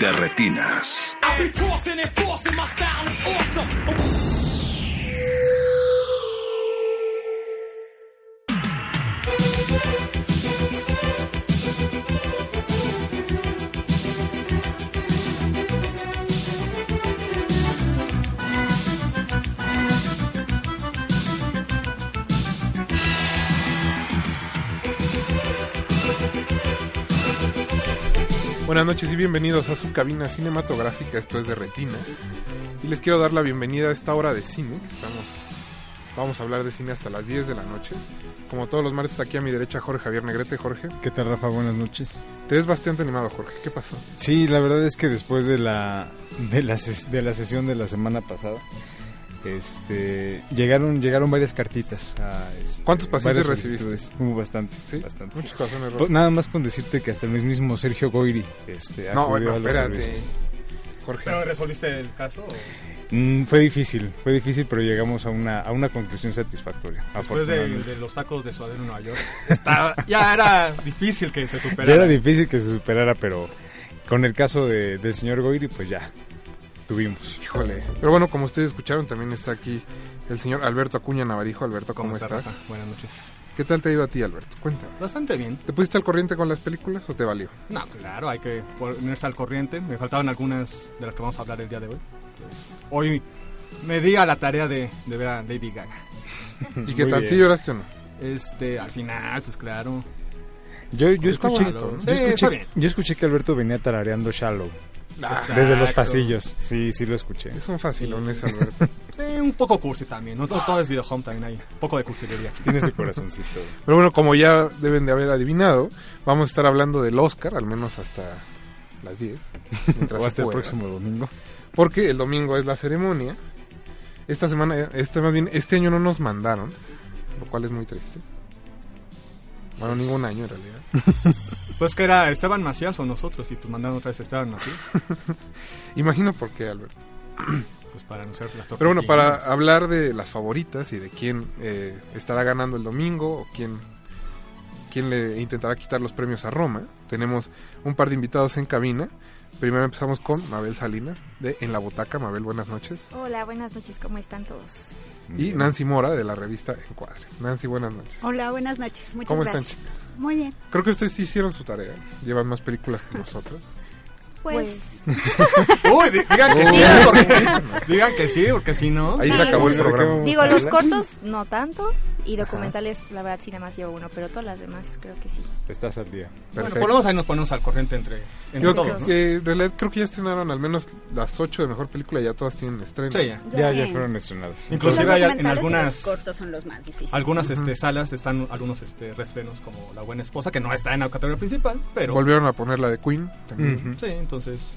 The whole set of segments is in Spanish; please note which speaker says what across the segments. Speaker 1: De retinas.
Speaker 2: Buenas noches y bienvenidos a su cabina cinematográfica, esto es de Retina. Y les quiero dar la bienvenida a esta hora de cine, que estamos... Vamos a hablar de cine hasta las 10 de la noche. Como todos los martes, aquí a mi derecha Jorge Javier Negrete. Jorge,
Speaker 3: ¿Qué tal, Rafa? Buenas noches.
Speaker 2: te ves bastante animado, Jorge. ¿Qué pasó?
Speaker 3: Sí, la verdad es que después de la, de la, ses- de la sesión de la semana pasada, este, llegaron, llegaron varias cartitas. A, este,
Speaker 2: ¿Cuántos pacientes
Speaker 3: varias
Speaker 2: recibiste?
Speaker 3: solicitudes. Hubo bastante,
Speaker 2: ¿Sí?
Speaker 3: bastante.
Speaker 2: Muchas razones.
Speaker 3: Pues nada más con decirte que hasta el mismo Sergio Goyri este,
Speaker 2: no, bueno,
Speaker 3: acudió a los
Speaker 2: espérate.
Speaker 3: servicios.
Speaker 2: Jorge.
Speaker 4: ¿Pero resolviste el caso? o-
Speaker 3: Mm, fue difícil, fue difícil, pero llegamos a una, a una conclusión satisfactoria.
Speaker 4: Después de,
Speaker 3: afortunadamente.
Speaker 4: de los tacos de suadero en Nueva York. Está- ya era difícil que se
Speaker 3: Ya era
Speaker 4: superara.
Speaker 3: difícil que se superara, pero con el caso de- del señor Goyri, pues ya, tuvimos.
Speaker 2: Híjole. Pero bueno, como ustedes escucharon, también está aquí el señor Alberto Acuña Navarijo. Alberto, ¿cómo,
Speaker 4: está,
Speaker 2: estás?
Speaker 4: Rafa? Buenas noches.
Speaker 2: ¿Qué tal te ha ido a ti, Alberto? Cuéntame.
Speaker 4: Bastante bien.
Speaker 2: ¿Te pusiste al corriente con las películas o te valió?
Speaker 4: No, claro, hay que ponerse al corriente. Me faltaban algunas de las que vamos a hablar el día de hoy. Entonces, hoy me di a la tarea de, de ver a Lady Gaga.
Speaker 2: ¿Y qué
Speaker 3: Muy
Speaker 2: tal?
Speaker 3: bien.
Speaker 2: ¿Sí lloraste o no?
Speaker 4: Este, al final, pues claro.
Speaker 3: Yo, yo
Speaker 2: Está
Speaker 3: escuché,
Speaker 2: bonito, ¿no?
Speaker 3: yo
Speaker 4: Sí,
Speaker 3: escuché-
Speaker 4: está bien.
Speaker 3: yo escuché que Alberto venía tarareando Shallow desde
Speaker 4: Exacto.
Speaker 3: los pasillos. Sí, sí lo escuché.
Speaker 2: Es un facilón ese, Alberto.
Speaker 4: Sí, un poco cursi también. No todo es videohome también hay. Un poco de cursilería.
Speaker 3: Tiene su corazoncito.
Speaker 2: Pero bueno, como ya deben de haber adivinado, vamos a estar hablando del Oscar, al menos hasta las 10. mientras
Speaker 3: o
Speaker 2: se
Speaker 3: hasta el
Speaker 2: pueda,
Speaker 3: próximo domingo.
Speaker 2: Porque el domingo es la ceremonia. Esta semana, este más bien, este año no nos mandaron, lo cual es muy triste. Bueno, ningún año en realidad.
Speaker 4: Pues que era Esteban Macías o nosotros. Y pues mandaron otra vez a Esteban Macías.
Speaker 2: Imagino por qué, Alberto.
Speaker 4: Pues para anunciar las tortillas.
Speaker 2: Pero bueno, para hablar de las favoritas y de quién eh, estará ganando el domingo o quién, quién le intentará quitar los premios a Roma, tenemos un par de invitados en cabina. Primero empezamos con Mabel Salinas de En la Botaca. Mabel, buenas noches.
Speaker 5: Hola, buenas noches, ¿cómo están todos?
Speaker 2: Y Nancy Mora de la revista Encuadres. Nancy, buenas noches.
Speaker 6: Hola, buenas noches. Muchas
Speaker 2: ¿Cómo están,
Speaker 6: gracias. Muy bien.
Speaker 2: Creo que ustedes sí hicieron su tarea. Llevan más películas que nosotros.
Speaker 6: Pues,
Speaker 4: Uy, di- digan que sí,
Speaker 2: Oh.
Speaker 4: porque, digan que sí, porque si no.
Speaker 2: Ahí se
Speaker 5: Sí.
Speaker 2: acabó el
Speaker 3: ¿De qué
Speaker 2: programa.
Speaker 3: vamos
Speaker 5: Digo,
Speaker 3: a
Speaker 5: los
Speaker 3: hablar?
Speaker 5: cortos no tanto y documentales, la verdad sí nada más llevo uno, pero todas las demás creo que sí.
Speaker 3: Estás al día.
Speaker 4: Bueno, por
Speaker 2: Perfecto.
Speaker 4: lo menos ahí nos ponemos al corriente entre, entre
Speaker 2: Yo
Speaker 4: todos, ¿no?
Speaker 2: que, en realidad creo que ya estrenaron al menos las ocho de mejor película. Ya todas tienen estreno.
Speaker 4: Sí, ya.
Speaker 3: Ya,
Speaker 6: sé.
Speaker 3: ya fueron estrenados.
Speaker 6: los
Speaker 4: Inclusive hay al-
Speaker 6: documentales
Speaker 4: en
Speaker 6: y los
Speaker 4: algunas
Speaker 6: cortos son los más difíciles.
Speaker 4: algunas este, salas están algunos este, restrenos como La Buena Esposa, que no está en la categoría principal, pero... Mm.
Speaker 2: Volvieron a poner la de Queen también.
Speaker 3: Ujú.
Speaker 4: Sí, entonces,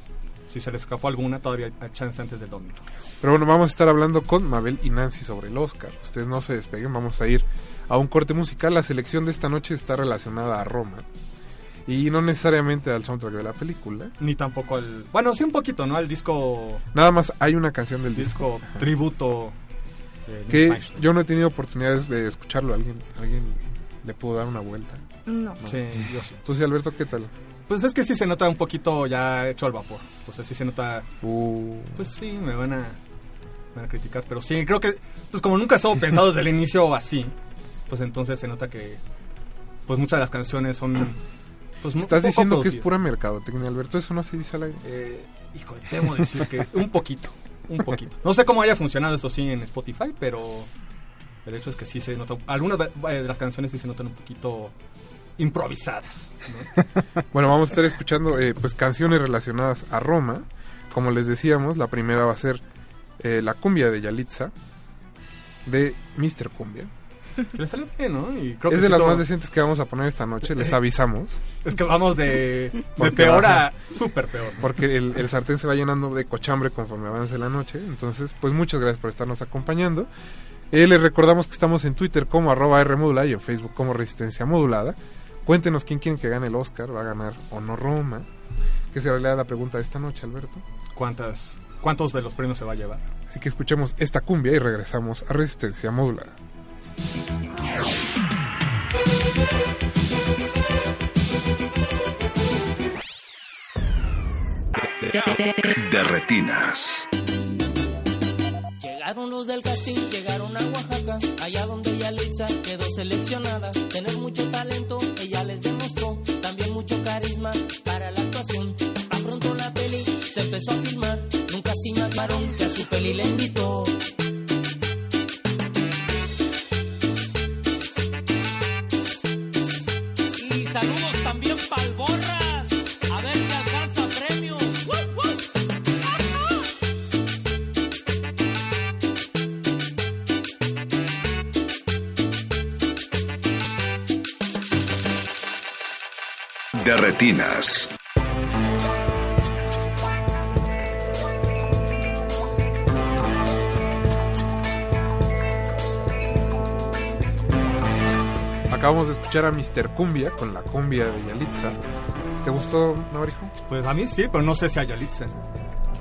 Speaker 4: si se les escapó alguna, todavía hay chance antes del domingo.
Speaker 2: Pero bueno, vamos a estar hablando con Mabel y Nancy sobre el Oscar. Ustedes no se despeguen, vamos a ir a un corte musical. La selección de esta noche está relacionada a Roma. Y no necesariamente al soundtrack de la película.
Speaker 4: Ni tampoco al... Bueno, sí un poquito, ¿no? Al disco...
Speaker 2: Nada más hay una canción del disco
Speaker 4: disco tributo de Neil
Speaker 2: que
Speaker 4: Feinstein.
Speaker 2: yo no he tenido oportunidades de escucharlo. Alguien, alguien le pudo dar una vuelta.
Speaker 5: No.
Speaker 4: Sí, yo sí.
Speaker 2: Tú sí, Alberto, ¿qué tal?
Speaker 4: Pues es que sí se nota un poquito ya hecho al vapor. O sea, sí se nota Pues sí, me van a, me van a criticar, pero sí, creo que, pues como nunca estuvo pensado desde el inicio así, pues entonces se nota que, pues muchas de las canciones son, pues mu-
Speaker 2: Estás
Speaker 4: poco
Speaker 2: diciendo que es
Speaker 4: producidas.
Speaker 2: pura mercadotecnia, Alberto. Eso no se dice al aire.
Speaker 4: Eh, Híjole, temo decir que un poquito, un poquito. No sé cómo haya funcionado eso sí en Spotify, pero el hecho es que sí se nota, algunas eh, de las canciones sí se notan un poquito improvisadas. ¿no?
Speaker 2: bueno, vamos a estar escuchando eh, pues canciones relacionadas a Roma. Como les decíamos, la primera va a ser eh, la cumbia de Yalitza, de Mr. Cumbia.
Speaker 4: Que le salió bien, ¿no? Y
Speaker 2: creo es que de sí las todo... Eh. más decentes que vamos a poner esta noche, les avisamos.
Speaker 4: Es que vamos de, de peor a súper peor. ¿no?
Speaker 2: Porque el, el, sartén se va llenando de cochambre conforme avance la noche. Entonces, pues muchas gracias por estarnos acompañando. Eh, les recordamos que estamos en Twitter como arroba Rmodulada y en Facebook como Resistencia Modulada. Cuéntenos quién quieren que gane el Oscar, va a ganar o no Roma. Que será la pregunta de esta noche, Alberto.
Speaker 4: ¿Cuántas, ¿Cuántos de los premios se va a llevar?
Speaker 2: Así que escuchemos esta cumbia y regresamos a Resistencia Modulada.
Speaker 1: De retinas.
Speaker 7: Llegaron los del casting, llegaron a Oaxaca, allá donde Yalitza quedó seleccionada. Tener mucho talento, ella les demostró, también mucho carisma para la actuación. A pronto la peli se empezó a filmar, nunca se imaginaron que a su peli le invitó. saludos también pa'l borras. A ver si alcanza premio. ¡Woo, woo! ¡Ah!
Speaker 1: De retinas.
Speaker 2: acabamos de escuchar a Mr. Cumbia con la cumbia de Yalitza. ¿Te gustó, Navarijo?
Speaker 4: Pues a mí sí, pero no sé si a Yalitza.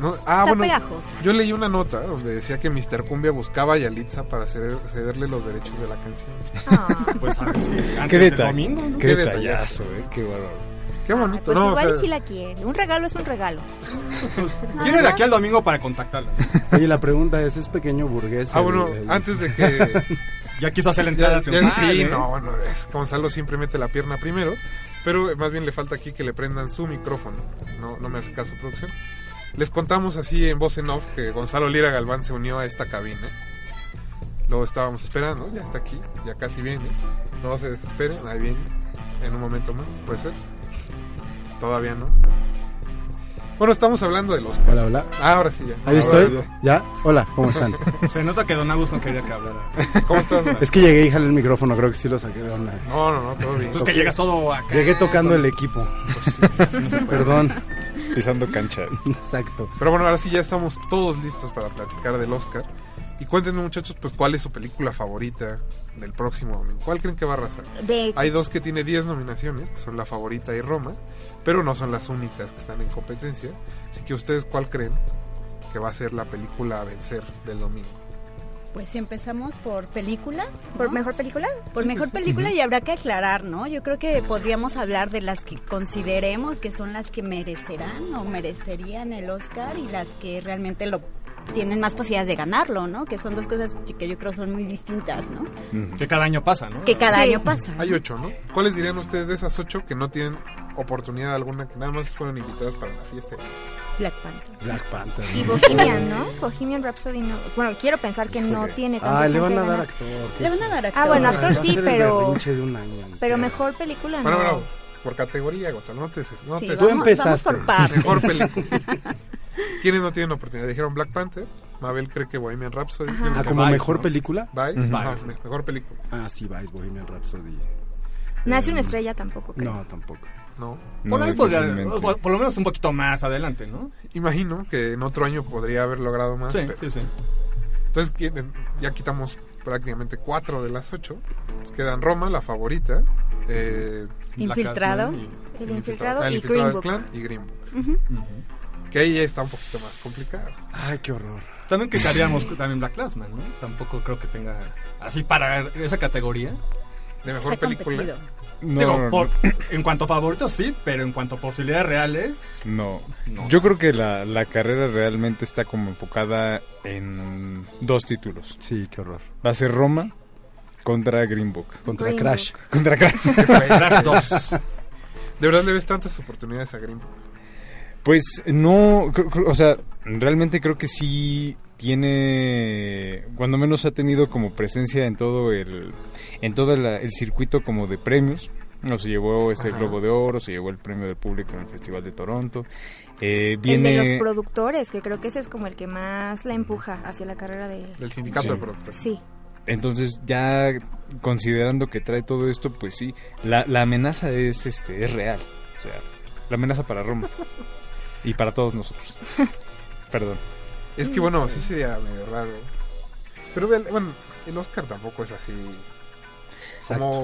Speaker 2: No, ah, Está bueno. Pegajosa. Yo leí una nota donde decía que Mr. Cumbia buscaba a Yalitza para ceder, cederle los derechos de la canción.
Speaker 4: Ah. Pues a ver, sí. Antes
Speaker 3: qué
Speaker 4: detalle, domingo,
Speaker 3: ¿no? qué, qué detallazo, eh, qué bárbaro.
Speaker 2: Qué bonito.
Speaker 5: Pues
Speaker 2: no,
Speaker 5: igual o sea... si la quiere. Un regalo es un regalo.
Speaker 4: Pues, viene de aquí al domingo para contactarla.
Speaker 8: Oye, la pregunta es, ¿es pequeño burgués?
Speaker 2: Ah, bueno, el, el... antes de que...
Speaker 4: ya quiso hacer la entrada
Speaker 2: ya, ya, Sí, ¿eh? no, no es, Gonzalo siempre mete la pierna primero, pero más bien le falta aquí que le prendan su micrófono. No, no me hace caso, producción. Les contamos así en voz en off que Gonzalo Lira Galván se unió a esta cabina. Lo estábamos esperando, ya está aquí, ya casi viene. No se desesperen, ahí viene. En un momento más, puede ser todavía no. Bueno, estamos hablando de los
Speaker 8: Hola, hola.
Speaker 2: Ah, ahora sí, ya.
Speaker 8: Ahí
Speaker 2: ahora
Speaker 8: estoy. Ya. ya. Hola, ¿cómo están?
Speaker 4: Se nota que Don Agus no quería que hablara.
Speaker 2: ¿Cómo estás?
Speaker 8: es que llegué y jalé el micrófono, creo que sí lo saqué de onda.
Speaker 2: No, no, no, todo bien.
Speaker 4: Entonces que llegas todo acá.
Speaker 8: Llegué tocando todo. el equipo. Pues sí, no Perdón.
Speaker 3: Pisando cancha.
Speaker 8: Exacto.
Speaker 2: Pero bueno, ahora sí ya estamos todos listos para platicar del Oscar. Y cuéntenme, muchachos, pues cuál es su película favorita del próximo domingo. ¿Cuál creen que va a arrasar?
Speaker 5: De-
Speaker 2: Hay dos que tiene 10 nominaciones, que son La Favorita y Roma, pero no son las únicas que están en competencia. Así que ustedes, ¿cuál creen que va a ser la película a vencer del domingo?
Speaker 6: Pues si empezamos por película, ¿no?
Speaker 5: ¿Por mejor película?
Speaker 6: Por mejor película y habrá que aclarar, ¿no? Yo creo que podríamos hablar de las que consideremos que son las que merecerán o merecerían el Oscar y las que realmente lo tienen más posibilidades de ganarlo, ¿no? Que son dos cosas que yo creo son muy distintas, ¿no?
Speaker 4: Que cada año pasa, ¿no?
Speaker 6: Que cada sí. año pasa.
Speaker 2: Hay ocho, ¿no? ¿Cuáles dirían ustedes de esas ocho que no tienen oportunidad alguna, que nada más fueron invitadas para la fiesta?
Speaker 6: Black Panther.
Speaker 8: Black Panther.
Speaker 5: Y Bohemian, ¿no? Bohemian Rhapsody no. Bueno, quiero pensar que no tiene tanta
Speaker 8: Ah,
Speaker 5: chance
Speaker 8: le van a
Speaker 5: de
Speaker 8: dar
Speaker 5: ganar.
Speaker 8: actor.
Speaker 6: Le van a dar actor.
Speaker 5: Ah, bueno, actor
Speaker 8: Va a
Speaker 5: sí,
Speaker 8: ser el
Speaker 5: pero
Speaker 8: berrinche de un año.
Speaker 5: pero mejor película Ah, no.
Speaker 2: Bueno, bueno, por categoría, Gonzalo, no te... No pues,
Speaker 6: Sí,
Speaker 2: te-
Speaker 8: Tú
Speaker 6: vamos,
Speaker 8: empezaste.
Speaker 6: vamos por partes.
Speaker 2: Mejor película. ¿Quiénes no tienen oportunidad? Dijeron Black Panther, Mabel cree que Bohemian Rhapsody. creo
Speaker 8: Ah,
Speaker 2: que
Speaker 8: como
Speaker 2: Vice,
Speaker 8: mejor
Speaker 2: ¿no?
Speaker 8: película.
Speaker 2: Vice,
Speaker 4: Ujú.
Speaker 2: ajá,
Speaker 4: Vice.
Speaker 2: me- mejor película,
Speaker 8: Ah, sí, Vice Bohemian Rhapsody.
Speaker 5: Nace
Speaker 8: Eh,
Speaker 5: una estrella tampoco, creo.
Speaker 8: No, tampoco.
Speaker 2: ¿no?
Speaker 4: Por ahí podría-
Speaker 3: difícilmente.
Speaker 4: por, por lo menos un poquito más adelante, ¿no?
Speaker 2: Imagino que en otro año podría haber logrado más.
Speaker 4: Sí,
Speaker 2: pero-
Speaker 4: sí, sí.
Speaker 2: Entonces ¿quién- ya quitamos prácticamente cuatro de las ocho. Nos quedan Roma, la favorita. eh,
Speaker 6: Infiltrado.
Speaker 4: Black Adam
Speaker 5: El infiltrado
Speaker 2: ah, el
Speaker 5: y
Speaker 2: infiltrado
Speaker 5: Green
Speaker 2: del
Speaker 5: Book.
Speaker 2: clan y Green Book.
Speaker 4: y- Ujú.
Speaker 2: Que ahí ya está un poquito más complicado.
Speaker 8: Ay, qué horror.
Speaker 4: También quitaríamos también Black Classman, ¿no? Tampoco creo que tenga así para esa categoría.
Speaker 2: De mejor
Speaker 6: Está
Speaker 2: película.
Speaker 6: competido.
Speaker 3: No,
Speaker 4: Digo,
Speaker 3: no,
Speaker 4: por- en cuanto a favoritos sí, pero en cuanto a posibilidades reales,
Speaker 3: no.
Speaker 4: No.
Speaker 3: Yo creo que la, la carrera realmente está como enfocada en dos títulos.
Speaker 8: Sí, qué horror.
Speaker 3: Va a ser Roma contra Green Book.
Speaker 8: Contra
Speaker 5: Green
Speaker 8: Crash.
Speaker 3: Contra Crash.
Speaker 4: Crash 2.
Speaker 2: De verdad le ves tantas oportunidades a Green Book.
Speaker 3: Pues no, cr- cr- o sea, realmente creo que sí tiene, cuando menos ha tenido como presencia en todo el, en todo la- el circuito como de premios. No, se llevó este
Speaker 5: Ajá.
Speaker 3: Globo de Oro, se llevó el premio del público en el Festival de Toronto. Eh,
Speaker 5: El
Speaker 3: viene
Speaker 5: de los productores, que creo que ese es como el que más la empuja hacia la carrera de él.
Speaker 2: Del sindicato
Speaker 3: Sí.
Speaker 2: de productores.
Speaker 5: Sí.
Speaker 3: Entonces, ya considerando que trae todo esto, pues sí, la, la amenaza es este es real. O sea, la amenaza para Roma y para todos nosotros. Perdón.
Speaker 2: Es que bueno, sí sería medio raro. Pero vean, bueno, el Oscar tampoco es así.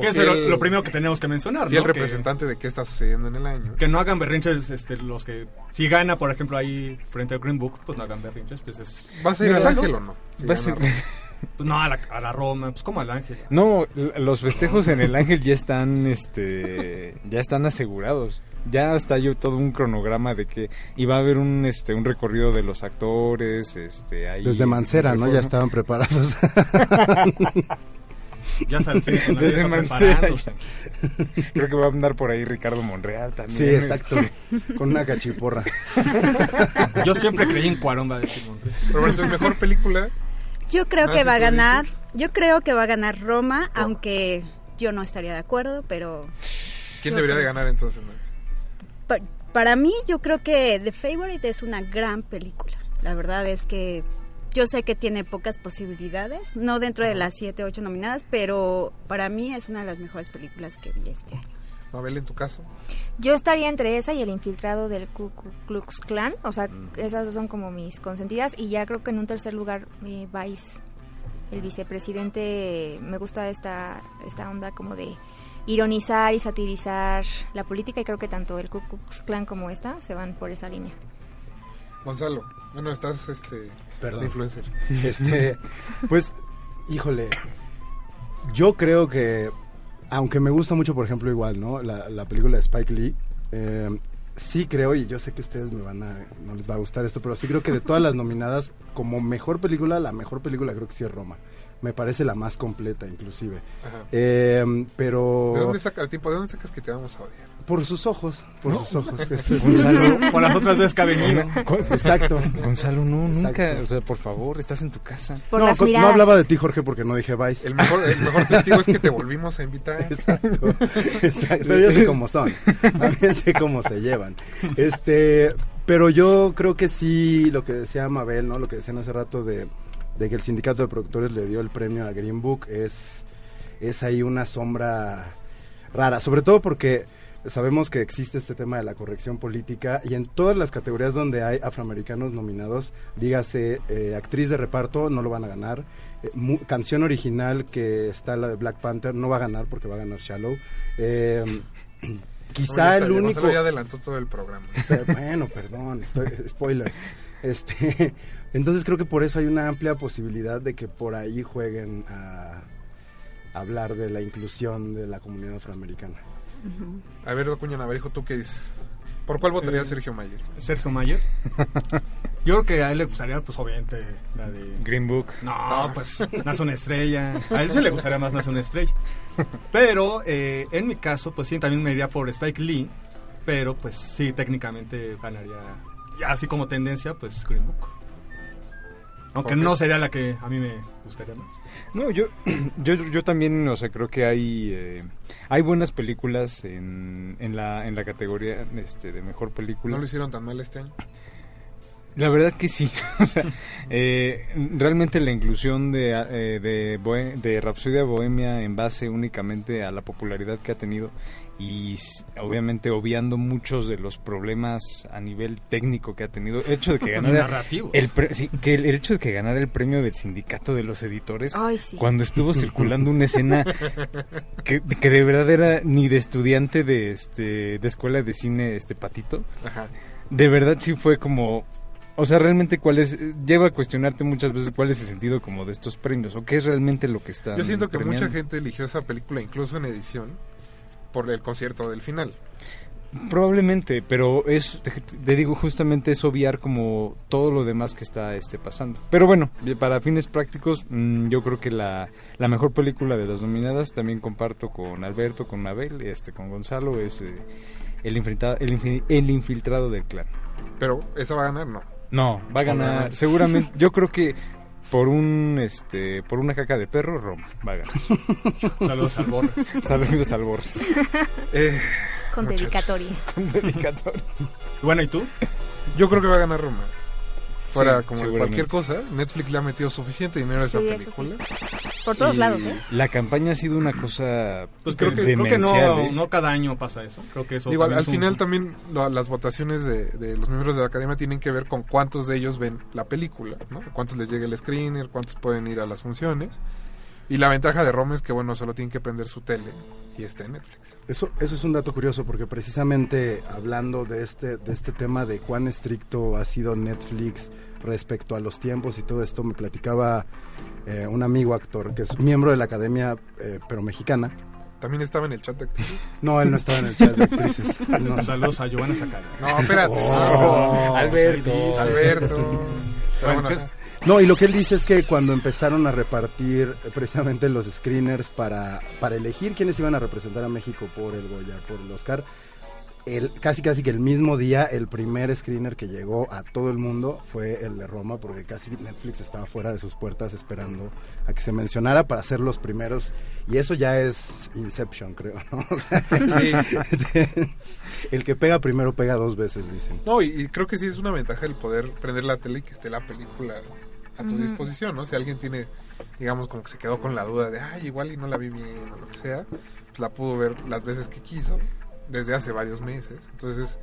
Speaker 4: Que es lo, lo primero que tenemos que mencionar,
Speaker 2: Y el
Speaker 4: ¿no? Que-
Speaker 2: representante de qué está sucediendo en el año.
Speaker 4: Que no hagan berrinches este, los que... Si gana, por ejemplo, ahí frente al Green Book, pues no hagan berrinches. Pues es,
Speaker 2: ¿Vas a ir al
Speaker 4: Mira,
Speaker 2: Ángel o no? Si
Speaker 3: Va a ser-
Speaker 2: gana Roma.
Speaker 4: Pues no, a la, a la Roma, pues como al Ángel.
Speaker 3: No, l- los festejos en el Ángel ya están, este, ya están asegurados. Ya está yo todo un cronograma de que iba a haber un, este, un recorrido de los actores, este, ahí.
Speaker 8: Desde Mancera, ¿no? Ya
Speaker 3: Reforma.
Speaker 8: estaban preparados.
Speaker 4: Ya sabes, sí, con la
Speaker 3: Desde
Speaker 4: vieja
Speaker 3: Mancera.
Speaker 4: preparándose.
Speaker 3: Creo que va a andar por ahí Ricardo Monreal también. este,
Speaker 8: sí, exacto. Con una cachiporra.
Speaker 4: Yo siempre creí en Cuarón, va a decir Montes.
Speaker 2: Roberto, es mejor película.
Speaker 6: Yo creo
Speaker 2: Ah,
Speaker 6: que
Speaker 2: sí,
Speaker 6: va a
Speaker 2: tú Oh.
Speaker 6: ganar, yo creo que va a ganar Roma, aunque yo no estaría de acuerdo, pero
Speaker 2: ¿Quién
Speaker 6: Yo
Speaker 2: debería de
Speaker 6: creo.
Speaker 2: ganar entonces? Nancy?
Speaker 6: pa- para mí yo creo que The Favorite es una gran película. La verdad es que yo sé que tiene pocas posibilidades, no dentro de las 7, 8 nominadas, pero para mí es una de las mejores películas que vi este año.
Speaker 2: Mabel, en tu caso.
Speaker 5: Yo estaría entre esa y el infiltrado del Ku Ku Klux Klan. O sea, esas dos son como mis consentidas. Y ya creo que en un tercer lugar, eh, Vice, el vicepresidente, me gusta esta, esta onda como de ironizar y satirizar la política. Y creo que tanto el Ku Klux Klan como esta se van por esa línea.
Speaker 2: Gonzalo. Bueno, estás este,
Speaker 8: Perdón.
Speaker 2: de influencer.
Speaker 8: Este, pues, híjole, yo creo que, aunque me gusta mucho, por ejemplo, igual, ¿no? La, la película de Spike Lee, eh, sí creo, y yo sé que ustedes me van a, no les va a gustar esto, pero sí creo que de todas las nominadas, como mejor película, la mejor película creo que sí es Roma. Me parece la más completa, inclusive.
Speaker 2: Ajá.
Speaker 8: Eh, pero...
Speaker 2: ¿De dónde saca el tiempo? ¿De dónde sacas que te vamos a odiar?
Speaker 8: Por sus ojos, por sus ojos. Esto es-
Speaker 4: Por las otras veces que ha venido.
Speaker 8: Exacto.
Speaker 3: Gonzalo, no, nunca.
Speaker 8: Exacto.
Speaker 3: O sea, por favor, estás en tu casa.
Speaker 5: Por
Speaker 8: no,
Speaker 5: las
Speaker 8: co- no
Speaker 5: miradas.
Speaker 8: hablaba de ti, Jorge, porque no dije Vice.
Speaker 2: El mejor, el mejor testigo es que te volvimos a invitar.
Speaker 8: Exacto, exacto. Pero yo sé cómo son, también sé cómo se llevan. Este, pero yo creo que sí, lo que decía Mabel, ¿no? Lo que decían hace rato de, de que el sindicato de productores le dio el premio a Green Book es, es ahí una sombra rara, sobre todo porque sabemos que existe este tema de la corrección política y en todas las categorías donde hay afroamericanos nominados, dígase eh, actriz de reparto, no lo van a ganar, eh, mu- canción original que está la de Black Panther, no va a ganar porque va a ganar Shallow. Eh,
Speaker 2: Bueno,
Speaker 8: quizá
Speaker 2: ya
Speaker 8: el
Speaker 2: está, ya
Speaker 8: único...
Speaker 2: Gonzalo ya adelantó todo el programa.
Speaker 8: Pero, bueno, perdón, estoy, eh, spoilers. Este, entonces creo que por eso hay una amplia posibilidad de que por ahí jueguen a hablar de la inclusión de la comunidad afroamericana.
Speaker 2: A ver, Docuña Navarijo, ¿tú qué dices? ¿Por cuál votaría
Speaker 4: Eh,
Speaker 2: Sergio Mayer?
Speaker 4: Sergio Mayer. Yo creo que a él le gustaría, pues obviamente, la de...
Speaker 3: Green Book.
Speaker 4: No, pues nace una estrella. A él se le gustaría más nace una estrella. Pero eh, en mi caso, pues sí, también me iría por Spike Lee. Pero pues sí, técnicamente ganaría, y así como tendencia, pues Green Book. Aunque
Speaker 2: Ok.
Speaker 4: no sería la que a mí me gustaría más.
Speaker 3: No, yo, yo, yo también, o sea, creo que hay, eh, hay buenas películas en, en, la, en la categoría este, de mejor película.
Speaker 2: ¿No lo hicieron tan mal este año?
Speaker 3: La verdad que sí. O sea, eh, realmente la inclusión de, eh, de, Bohe- de Rapsodia Bohemia en base únicamente a la popularidad que ha tenido y s- obviamente obviando muchos de los problemas a nivel técnico que ha tenido. El hecho de que ganara,
Speaker 4: Narrativo.
Speaker 3: el, pre- sí, que el, el hecho de que ganara el premio del sindicato de los editores
Speaker 5: Ay, sí.
Speaker 3: cuando estuvo circulando una escena que, que de verdad era ni de estudiante de este de escuela de cine este patito
Speaker 2: Ajá.
Speaker 3: de verdad sí fue como o sea realmente cuál es lleva a cuestionarte muchas veces cuál es el sentido como de estos premios o qué es realmente lo que está
Speaker 2: Yo siento que mucha gente eligió esa película, incluso en edición, por el concierto del final.
Speaker 3: probablemente pero es te, te digo justamente es obviar como todo lo demás que está este pasando pero bueno para fines prácticos mm, yo creo que la, la mejor película de las nominadas también comparto con Alberto con Mabel este con Gonzalo es eh, el, infiltrado, el, infi- el infiltrado del clan
Speaker 2: Pero esa va a ganar, no.
Speaker 3: No, va a ganar. Seguramente, yo creo que por un este por una caca de perro Roma va a ganar.
Speaker 4: Saludos al Borges.
Speaker 3: Saludos al Borges.
Speaker 2: Eh,
Speaker 5: Con
Speaker 2: muchachos.
Speaker 5: dedicatoria.
Speaker 3: Con dedicatoria.
Speaker 4: Bueno, ¿y tú?
Speaker 2: Yo creo que va a ganar Roma. Fuera
Speaker 3: Sí,
Speaker 2: como de
Speaker 3: seguramente.
Speaker 2: cualquier cosa, Netflix le ha metido suficiente dinero a esa
Speaker 5: Sí, eso sí.
Speaker 2: película.
Speaker 5: Por todos
Speaker 2: Y-
Speaker 5: lados, ¿eh?
Speaker 3: La campaña ha sido una cosa
Speaker 4: Pues creo que, creo que
Speaker 3: demencial.
Speaker 4: no,
Speaker 3: ¿eh?
Speaker 4: no cada año pasa eso. Creo que eso
Speaker 2: Digo, al,
Speaker 4: también
Speaker 2: al
Speaker 4: es un-
Speaker 2: final también la- las votaciones de, de los miembros de la academia tienen que ver con cuántos de ellos ven la película, ¿no? Cuántos les llega el screener, cuántos pueden ir a las funciones. Y la ventaja de Roma es que, bueno, solo tienen que prender su tele y está en Netflix.
Speaker 8: Eso, eso es un dato curioso porque precisamente hablando de este, de este tema de cuán estricto ha sido Netflix respecto a los tiempos y todo esto, me platicaba eh, un amigo actor que es miembro de la Academia eh, Pero Mexicana.
Speaker 2: También estaba en el chat de actitud.
Speaker 8: No, él no estaba en el chat de actrices. No.
Speaker 4: Saludos a Giovanna Zacari.
Speaker 2: No, espérate.
Speaker 8: Oh,
Speaker 4: Alberto.
Speaker 2: Alberto. Pero bueno,
Speaker 4: Bueno, ¿qué-
Speaker 8: No, y lo que él dice es que cuando empezaron a repartir eh, precisamente los screeners para, para elegir quiénes iban a representar a México por el Goya, por el Oscar, el, casi casi que el mismo día el primer screener que llegó a todo el mundo fue el de Roma, porque casi Netflix estaba fuera de sus puertas esperando a que se mencionara para ser los primeros. Y eso ya es Inception, creo, ¿no? O sea, el que pega primero pega dos veces, dicen.
Speaker 2: No, y, y creo que sí es una ventaja el poder prender la tele y que esté la película a tu disposición, ¿no? Si alguien tiene, digamos, como que se quedó con la duda de, ay, igual y no la vi bien o lo que sea, pues la pudo ver las veces que quiso, desde hace varios meses. Entonces,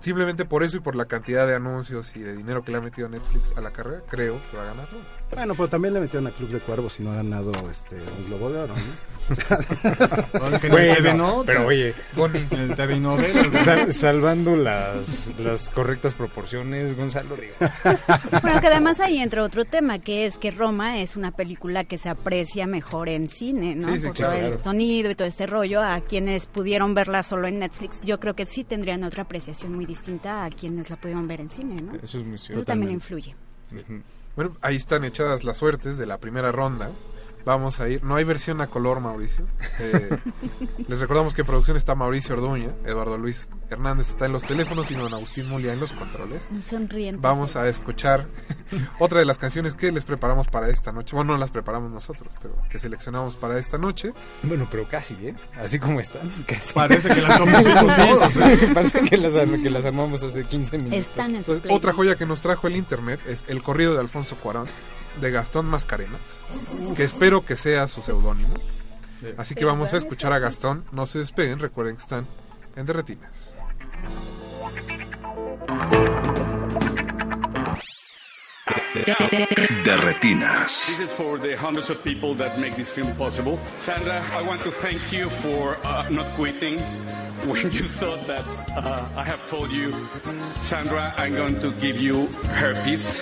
Speaker 2: simplemente por eso y por la cantidad de anuncios y de dinero que le ha metido Netflix a la carrera, creo que va a ganar. Roma.
Speaker 8: Bueno, pero también le metieron a Club de Cuervos y no ha ganado este, un Globo de Oro, ¿no?
Speaker 4: que en el TV
Speaker 3: Bueno,
Speaker 4: no,
Speaker 3: pero oye,
Speaker 2: Goni,
Speaker 4: en el TV novela.
Speaker 3: sal- salvando las, las correctas proporciones, Gonzalo, digo,
Speaker 6: Bueno, que además ahí entra otro tema, que es que Roma es una película que se aprecia mejor en cine, ¿no?
Speaker 2: Sí, sí,
Speaker 6: Por
Speaker 2: claro,
Speaker 6: todo el
Speaker 2: claro.
Speaker 6: sonido y todo este rollo. A quienes pudieron verla solo en Netflix, yo creo que sí tendrían otra apreciación muy distinta a quienes la pudieron ver en cine, ¿no?
Speaker 3: Eso es muy
Speaker 6: Tú
Speaker 3: cierto.
Speaker 6: también influye.
Speaker 3: Ujú.
Speaker 2: Bueno, ahí están echadas las suertes de la primera ronda. Vamos a ir. No hay versión a color, Mauricio. Eh, les recordamos que en producción está Mauricio Orduña, Eduardo Luis Hernández está en los teléfonos y don Agustín Mulia en los controles.
Speaker 6: Un sonriente.
Speaker 2: Vamos a escuchar otra de las canciones que les preparamos para esta noche. Bueno, no las preparamos nosotros, pero que seleccionamos para esta noche.
Speaker 3: Bueno, pero casi, ¿eh? Así como están, casi.
Speaker 4: Parece que la compusimos todos.
Speaker 3: Parece que las, arm- que las armamos hace 15 minutos.
Speaker 6: Están en su
Speaker 2: Entonces,
Speaker 3: Pues,
Speaker 6: playlist.
Speaker 2: otra joya que nos trajo el internet es El corrido de Alfonso Cuarón de Gastón Mascarenas, que espero que sea su seudónimo. Así que vamos a escuchar a Gastón. No se despeguen, recuerden que están en Derretinas.
Speaker 1: De retinas.
Speaker 9: This is for the hundreds of people that make this film possible. Sandra, I want to thank you for uh, not quitting when you thought that uh, I have told you, Sandra, I'm going to give you herpes.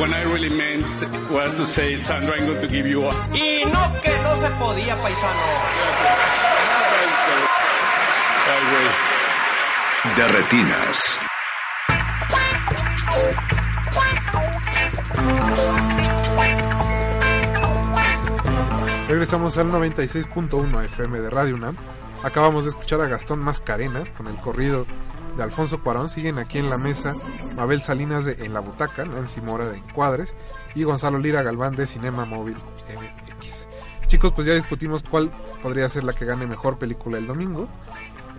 Speaker 9: When I really meant was to say, Sandra, I'm going to give you a...
Speaker 7: Y no que no se podía, paisano.
Speaker 9: I will.
Speaker 1: De retinas.
Speaker 2: Regresamos al 96.1 FM de Radio UNAM. Acabamos de escuchar a Gastón Mascarenas con el corrido de Alfonso Cuarón. Siguen aquí en la mesa Mabel Salinas de En la Butaca, Nancy Mora de Encuadres y Gonzalo Lira Galván de Cinema Móvil MX. Chicos, pues ya discutimos cuál podría ser la que gane mejor película el domingo.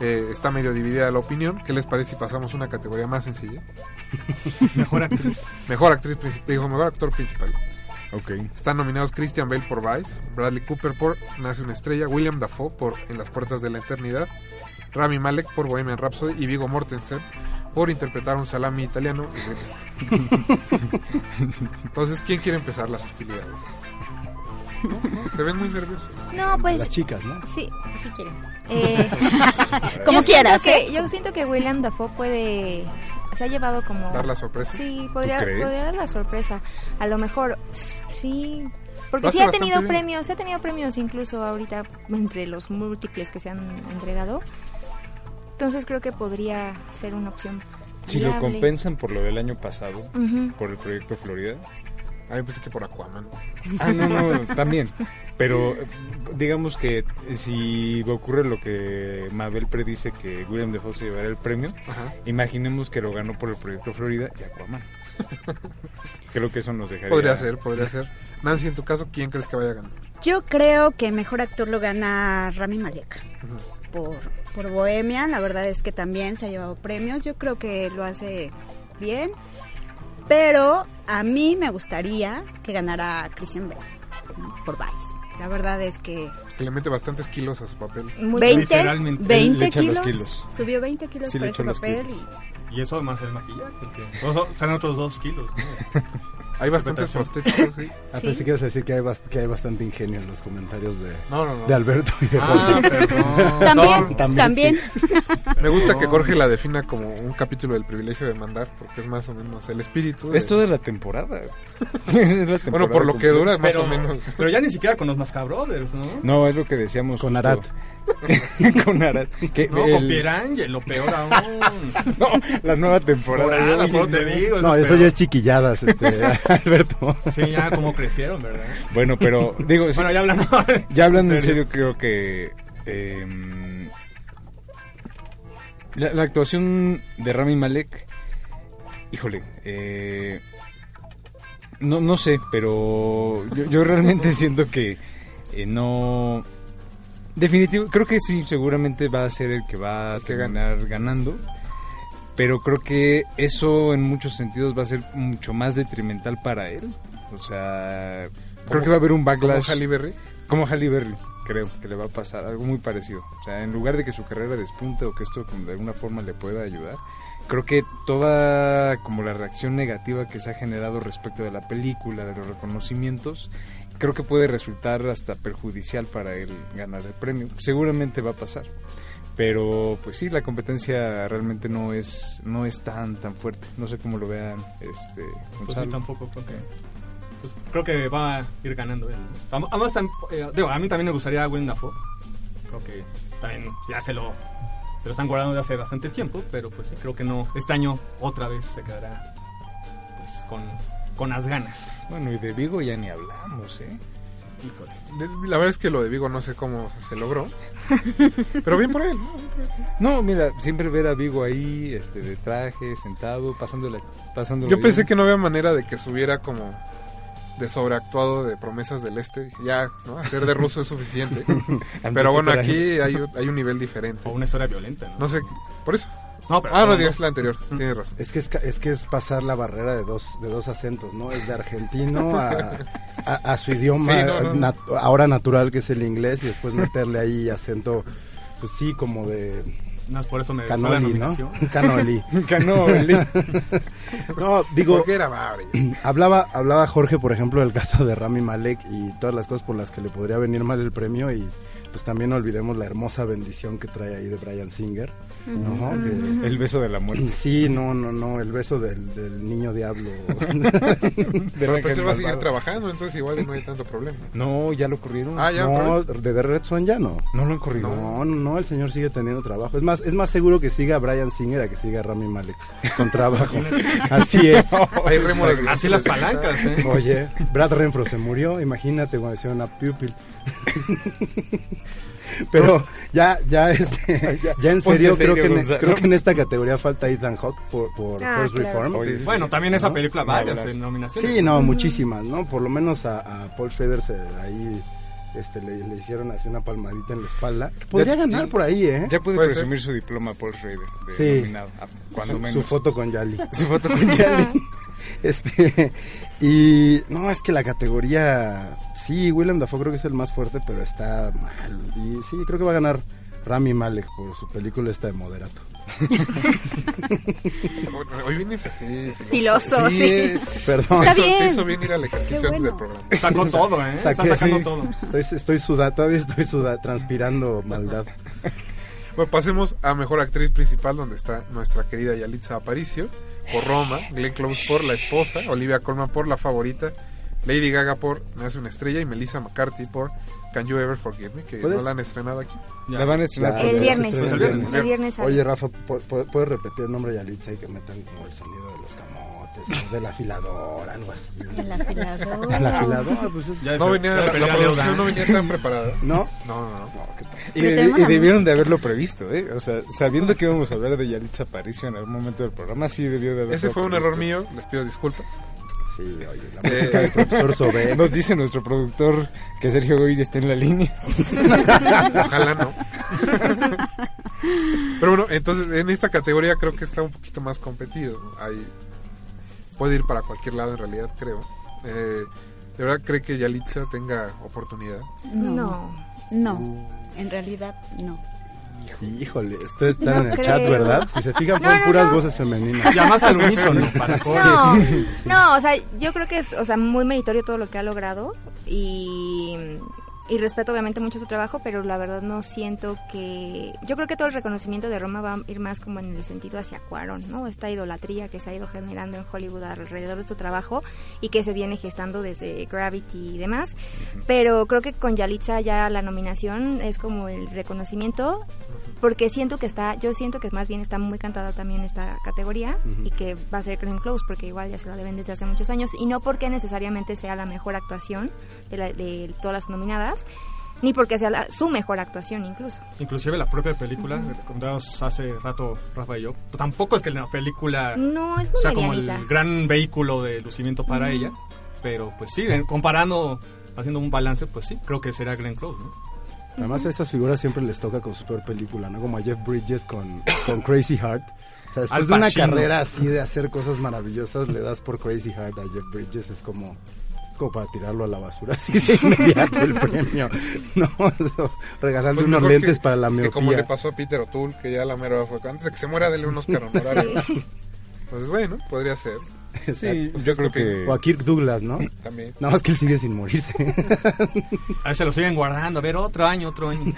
Speaker 2: Eh, está medio dividida la opinión. ¿Qué les parece si pasamos a una categoría más sencilla?
Speaker 4: Mejor actriz.
Speaker 2: Mejor actriz principal, digo, mejor actor principal.
Speaker 3: Ok.
Speaker 2: Están nominados Christian Bale por Vice, Bradley Cooper por Nace una estrella, William Dafoe por En las puertas de la eternidad, Rami Malek por Bohemian Rhapsody y Vigo Mortensen por interpretar un salami italiano. y gringo. Entonces, ¿quién quiere empezar las hostilidades? No, no, se ven muy nerviosos.
Speaker 5: No,
Speaker 8: Las
Speaker 5: pues
Speaker 8: chicas, ¿no?
Speaker 5: sí, si quieren. Eh,
Speaker 6: Como
Speaker 5: yo
Speaker 6: quieras, ¿eh?
Speaker 5: siento que- Yo siento que William Dafoe puede... Se ha llevado como...
Speaker 2: Dar la sorpresa.
Speaker 5: Sí, podría,
Speaker 3: crees?
Speaker 5: podría dar la sorpresa. A lo mejor, s- sí.
Speaker 2: Lo
Speaker 5: Porque
Speaker 2: hace
Speaker 5: sí ha
Speaker 2: bastante
Speaker 5: tenido
Speaker 2: bien.
Speaker 5: premios, sí ha tenido premios incluso ahorita entre los múltiples que se han entregado. Entonces creo que podría ser una opción.
Speaker 3: Si lo
Speaker 5: viable.
Speaker 3: compensan por lo del año pasado,
Speaker 5: Ujú.
Speaker 3: por el proyecto Florida,
Speaker 2: A mí pensé que por Aquaman.
Speaker 3: Ah, no, no, también. Pero eh, digamos que si ocurre lo que Mabel predice que William Defoe se llevará el premio,
Speaker 2: Ajá.
Speaker 3: imaginemos que lo ganó por el proyecto Florida y Aquaman. Creo que eso nos dejaría.
Speaker 2: Podría ser, podría ser. Nancy, en tu caso, ¿quién crees que vaya a ganar?
Speaker 6: Yo creo que mejor actor lo gana Rami Malek por, por Bohemian. La verdad es que también se ha llevado premios. Yo creo que lo hace bien. Pero a mí me gustaría que ganara Christian Bale ¿no? por Vice. La verdad es que
Speaker 2: Que le mete bastantes kilos a su papel.
Speaker 5: Muy
Speaker 6: 20,
Speaker 4: Literalmente.
Speaker 3: Le
Speaker 6: 20
Speaker 3: echan los
Speaker 6: kilos,
Speaker 3: kilos.
Speaker 6: Subió 20 kilos
Speaker 3: Sí, le
Speaker 6: por ese
Speaker 3: echan los
Speaker 6: papel.
Speaker 3: kilos.
Speaker 6: y-
Speaker 4: Y eso además el maquillaje. que- o sea, Son otros dos kilos. ¿no?
Speaker 2: Hay bastantes prostéticos, sí.
Speaker 8: Ah, pensé que ibas a decir que hay, bast- que hay bastante ingenio en los comentarios de,
Speaker 2: No, no, no.
Speaker 8: de Alberto y de
Speaker 4: Ah, perdón.
Speaker 6: También,
Speaker 8: también,
Speaker 6: también.
Speaker 2: Me gusta que
Speaker 4: Perdón.
Speaker 2: Jorge la defina como un capítulo del privilegio de mandar, porque es más o menos el espíritu. de-
Speaker 3: Es toda la temporada. Es la
Speaker 2: Bueno,
Speaker 3: temporada
Speaker 2: por lo que
Speaker 3: completa.
Speaker 2: dura, más
Speaker 4: Pero,
Speaker 2: o menos.
Speaker 4: pero ya ni siquiera con los Mascabrothers, ¿no?
Speaker 3: No, es lo que decíamos.
Speaker 8: Con
Speaker 3: justo.
Speaker 8: Arat.
Speaker 3: con Arat. Que
Speaker 4: No,
Speaker 3: el-
Speaker 4: con Pierangel, lo peor aún.
Speaker 3: No, la nueva temporada.
Speaker 4: Morada, por te digo.
Speaker 8: No,
Speaker 4: es
Speaker 8: eso
Speaker 4: peor.
Speaker 8: ya es chiquilladas, este, Alberto.
Speaker 4: Sí, ya como crecieron, ¿verdad?
Speaker 3: Bueno, pero digo, sí,
Speaker 4: Bueno, ya hablando.
Speaker 3: ya hablando en serio, creo que em, la, la actuación de Rami Malek, híjole, eh, no, no sé, pero yo, yo realmente siento que eh, no... Definitivo, creo que sí, seguramente va a ser el que va a ganar ganando. Pero creo que eso en muchos sentidos va a ser mucho más detrimental para él. O sea, creo que va a haber un
Speaker 2: Como
Speaker 3: backlash.
Speaker 2: Halle Berry.
Speaker 3: Como Halle Berry, creo que le va a pasar algo muy parecido. O sea, en lugar de que su carrera despunte o que esto como de alguna forma le pueda ayudar, creo que toda como la reacción negativa que se ha generado respecto de la película, de los reconocimientos, creo que puede resultar hasta perjudicial para él ganar el premio. Seguramente va a pasar. Pero pues sí, la competencia realmente no es no es tan tan fuerte. No sé cómo lo vean este
Speaker 4: Pues sí,
Speaker 3: Gonzalo.
Speaker 4: tampoco, creo que. pues, creo que va a ir ganando él. ¿no? Am- Además, tam- eh, digo, a mí también me gustaría a Willem Dafoe. Creo que también ya se lo, se lo están guardando de hace bastante tiempo, pero pues sí, creo que no. Este año otra vez se quedará pues, con, con las ganas.
Speaker 3: Bueno, y de Vigo ya ni hablamos, ¿eh?
Speaker 4: Híjole.
Speaker 2: La verdad es que lo de Vigo no sé cómo se logró. Pero bien por él. ¿no?
Speaker 3: No, mira, siempre ver a Vigo ahí, este, de traje, sentado, pasándola, pasándola
Speaker 2: Yo pensé que no había manera de que subiera como de sobreactuado de promesas del este. Ya, ¿no? Hacer de ruso es suficiente. Pero bueno, aquí hay, un- hay un nivel diferente.
Speaker 4: O una historia violenta, ¿no?
Speaker 2: No sé, por eso.
Speaker 4: No,
Speaker 2: Ah, no,
Speaker 4: no, Mm.
Speaker 2: digas la anterior. Tienes razón.
Speaker 8: Es que es, ca- es que es pasar la barrera de dos, de dos acentos, ¿no? Es de argentino a, a, a su idioma
Speaker 2: Sí, no, no.
Speaker 8: nat- ahora natural, que es el inglés, y después meterle ahí acento, pues sí, como de
Speaker 4: no, es por eso me gustó la
Speaker 8: canoli, ¿no?
Speaker 4: nominación.
Speaker 8: Canoli.
Speaker 3: Ganó el-
Speaker 8: No, digo,
Speaker 2: Porque era Barbie.
Speaker 8: hablaba, hablaba Jorge, por ejemplo, del caso de Rami Malek y todas las cosas por las que le podría venir mal el premio y pues también no olvidemos la hermosa bendición que trae ahí de Brian Singer. ¿no? Que-
Speaker 3: el beso de la muerte.
Speaker 8: Sí, no, no, no, el beso del, del niño diablo.
Speaker 3: del
Speaker 2: Pero
Speaker 3: ángel
Speaker 2: pues él va a seguir
Speaker 3: malvado.
Speaker 2: trabajando, entonces igual no hay tanto problema.
Speaker 3: No, ya lo corrieron.
Speaker 2: Ah, ya.
Speaker 8: no, de The Red Son ya no.
Speaker 3: No lo han corrido.
Speaker 8: No, no, no, el señor sigue teniendo trabajo. Es más, es más seguro que siga a Brian Singer a que siga a Rami Malek con trabajo. Así es.
Speaker 2: Hay rémoras.
Speaker 4: Así las palancas, ¿eh?
Speaker 8: Oye, Brad Renfro se murió, imagínate cuando hicieron a Pupil. Pero ya, ya, este, ya en
Speaker 3: Ponte
Speaker 8: serio, creo,
Speaker 3: serio,
Speaker 8: que en,
Speaker 3: Gonzalo.
Speaker 8: creo que en esta categoría falta Ethan Hawke por, por
Speaker 5: Ah,
Speaker 8: First
Speaker 5: claro,
Speaker 8: Reform.
Speaker 3: sí, sí.
Speaker 4: Bueno, también esa
Speaker 8: ¿No?
Speaker 4: película
Speaker 3: No,
Speaker 4: varias
Speaker 3: verdad.
Speaker 4: en nominaciones.
Speaker 8: Sí, no, muchísimas, ¿no? Por lo menos a, a Paul Schrader se, ahí este, le, le hicieron así una palmadita en la espalda. Podría
Speaker 3: Ya-
Speaker 8: ganar
Speaker 3: ya-
Speaker 8: por ahí, ¿eh?
Speaker 3: Ya puede,
Speaker 2: Puede
Speaker 3: presumir su diploma Paul Schrader de
Speaker 8: Sí.
Speaker 3: nominado. ah, cuando
Speaker 8: su,
Speaker 3: menos.
Speaker 8: su foto con Yali.
Speaker 3: Su foto con Charlie.
Speaker 8: este, y no, es que la categoría, sí, Willem Dafoe creo que es el más fuerte, pero está mal. Y sí, creo que va a ganar Rami Malek por su película esta de Moderato.
Speaker 3: ¿Eh?
Speaker 2: Hoy vienes así.
Speaker 6: Filoso, sí.
Speaker 3: es-
Speaker 8: Perdón.
Speaker 6: Está
Speaker 2: Te hizo-
Speaker 6: bien.
Speaker 2: Te hizo bien ir al ejercicio
Speaker 6: Qué
Speaker 2: antes del
Speaker 6: bueno.
Speaker 2: programa.
Speaker 4: Sacó todo, ¿eh? Está
Speaker 8: Saqué,
Speaker 4: sacando
Speaker 8: sí.
Speaker 4: todo.
Speaker 8: Estoy, estoy sudando, todavía estoy sudando, transpirando maldad.
Speaker 2: Bueno, pasemos a Mejor Actriz Principal, donde está nuestra querida Yalitza Aparicio, por Roma, Glenn Close por La Esposa, Olivia Colman por La Favorita, Lady Gaga por Me Hace una Estrella y Melissa McCarthy por Can You Ever Forget Me, que
Speaker 8: ¿Puedes?
Speaker 2: no la han estrenado aquí.
Speaker 3: La van a estrenar
Speaker 8: Ya,
Speaker 5: El
Speaker 8: ya,
Speaker 5: viernes.
Speaker 8: se estrena
Speaker 5: El viernes. El viernes sale.
Speaker 8: Oye, Rafa, ¿pu- pu- ¿puedes repetir el nombre de Yalitza y que metan como el sonido de los camotes, o del afilador, algo así?
Speaker 6: El afilador.
Speaker 8: ¿El afilador? Pues es...
Speaker 4: Ya
Speaker 2: No
Speaker 4: se-
Speaker 2: venía,
Speaker 4: ya
Speaker 2: la,
Speaker 4: pelea
Speaker 2: la
Speaker 4: de
Speaker 2: producción
Speaker 4: Odán.
Speaker 2: no venía tan preparada.
Speaker 8: ¿No?
Speaker 2: No, no, no.
Speaker 8: No, ¿qué pasa?
Speaker 3: Y,
Speaker 6: Pero
Speaker 3: debi-
Speaker 6: tenemos
Speaker 3: y
Speaker 6: la
Speaker 3: debieron
Speaker 6: música.
Speaker 3: de haberlo previsto, ¿eh? O sea, sabiendo que íbamos a hablar de Yalitza Aparicio en algún momento del programa, sí debió de haberlo
Speaker 2: Ese fue un
Speaker 3: previsto.
Speaker 2: error mío, les pido disculpas.
Speaker 8: Sí, oye, la música
Speaker 3: Eh,
Speaker 8: del profesor Sobe.
Speaker 3: Nos dice nuestro productor que Sergio Goyri está en la línea.
Speaker 2: Ojalá no. Pero bueno, entonces en esta categoría creo que está un poquito más competido. Ahí puede ir para cualquier lado en realidad, creo. Eh, ¿De verdad cree que Yalitza tenga oportunidad?
Speaker 5: No.
Speaker 6: No, en realidad no.
Speaker 8: Híjole, ustedes están
Speaker 5: No
Speaker 8: en el chat,
Speaker 5: creo.
Speaker 8: ¿verdad? Si se fijan,
Speaker 5: No,
Speaker 8: fueron
Speaker 5: no,
Speaker 8: puras
Speaker 5: no.
Speaker 8: voces femeninas.
Speaker 4: Ya más al unísono. para colmo.
Speaker 5: No, no, o sea, yo creo que es, o sea, muy meritorio todo lo que ha logrado y, y respeto obviamente mucho su trabajo, pero la verdad no siento que... Yo creo que todo el reconocimiento de Roma va a ir más como en el sentido hacia Cuarón, ¿no? Esta idolatría que se ha ido generando en Hollywood alrededor de su trabajo y que se viene gestando desde Gravity y demás, pero creo que con Yalitza ya la nominación es como el reconocimiento porque siento que está, yo siento que más bien está muy cantada también esta categoría y que va a ser Glenn Close porque igual ya se la deben desde hace muchos años y no porque necesariamente sea la mejor actuación de, la- de todas las nominadas ni porque sea la- su mejor actuación incluso.
Speaker 4: Inclusive la propia película, que contábamos hace rato Rafa y yo, pues tampoco es que la película
Speaker 5: No, es muy
Speaker 4: sea como
Speaker 5: medianita.
Speaker 4: el gran vehículo de lucimiento para ella, pero pues sí, en- comparando, haciendo un balance, pues sí, creo que será Glenn Close, ¿no?
Speaker 8: Además, a estas figuras siempre les toca con su peor película, ¿no? Como a Jeff Bridges con, con Crazy Heart. O sea, después
Speaker 4: Al
Speaker 8: de una
Speaker 4: Pacino.
Speaker 8: carrera así de hacer cosas maravillosas, le das por Crazy Heart a Jeff Bridges. Es como, es como para tirarlo a la basura así de inmediato el premio. No, eso, regalarle
Speaker 2: Pues
Speaker 8: unos
Speaker 2: mejor
Speaker 8: lentes
Speaker 2: que-
Speaker 8: para la
Speaker 2: Que como le
Speaker 8: miopía.
Speaker 2: pasó a Peter O'Toole, que ya la mera fue. Antes de que se muera, dele unos Oscar honorario. Pues bueno, podría ser.
Speaker 3: Sí,
Speaker 8: Exacto.
Speaker 3: yo creo que...
Speaker 8: O a Kirk Douglas, ¿no?
Speaker 2: También.
Speaker 8: Nada más que él sigue sin morirse.
Speaker 4: A ver, se lo siguen guardando, a ver, otro año, otro año.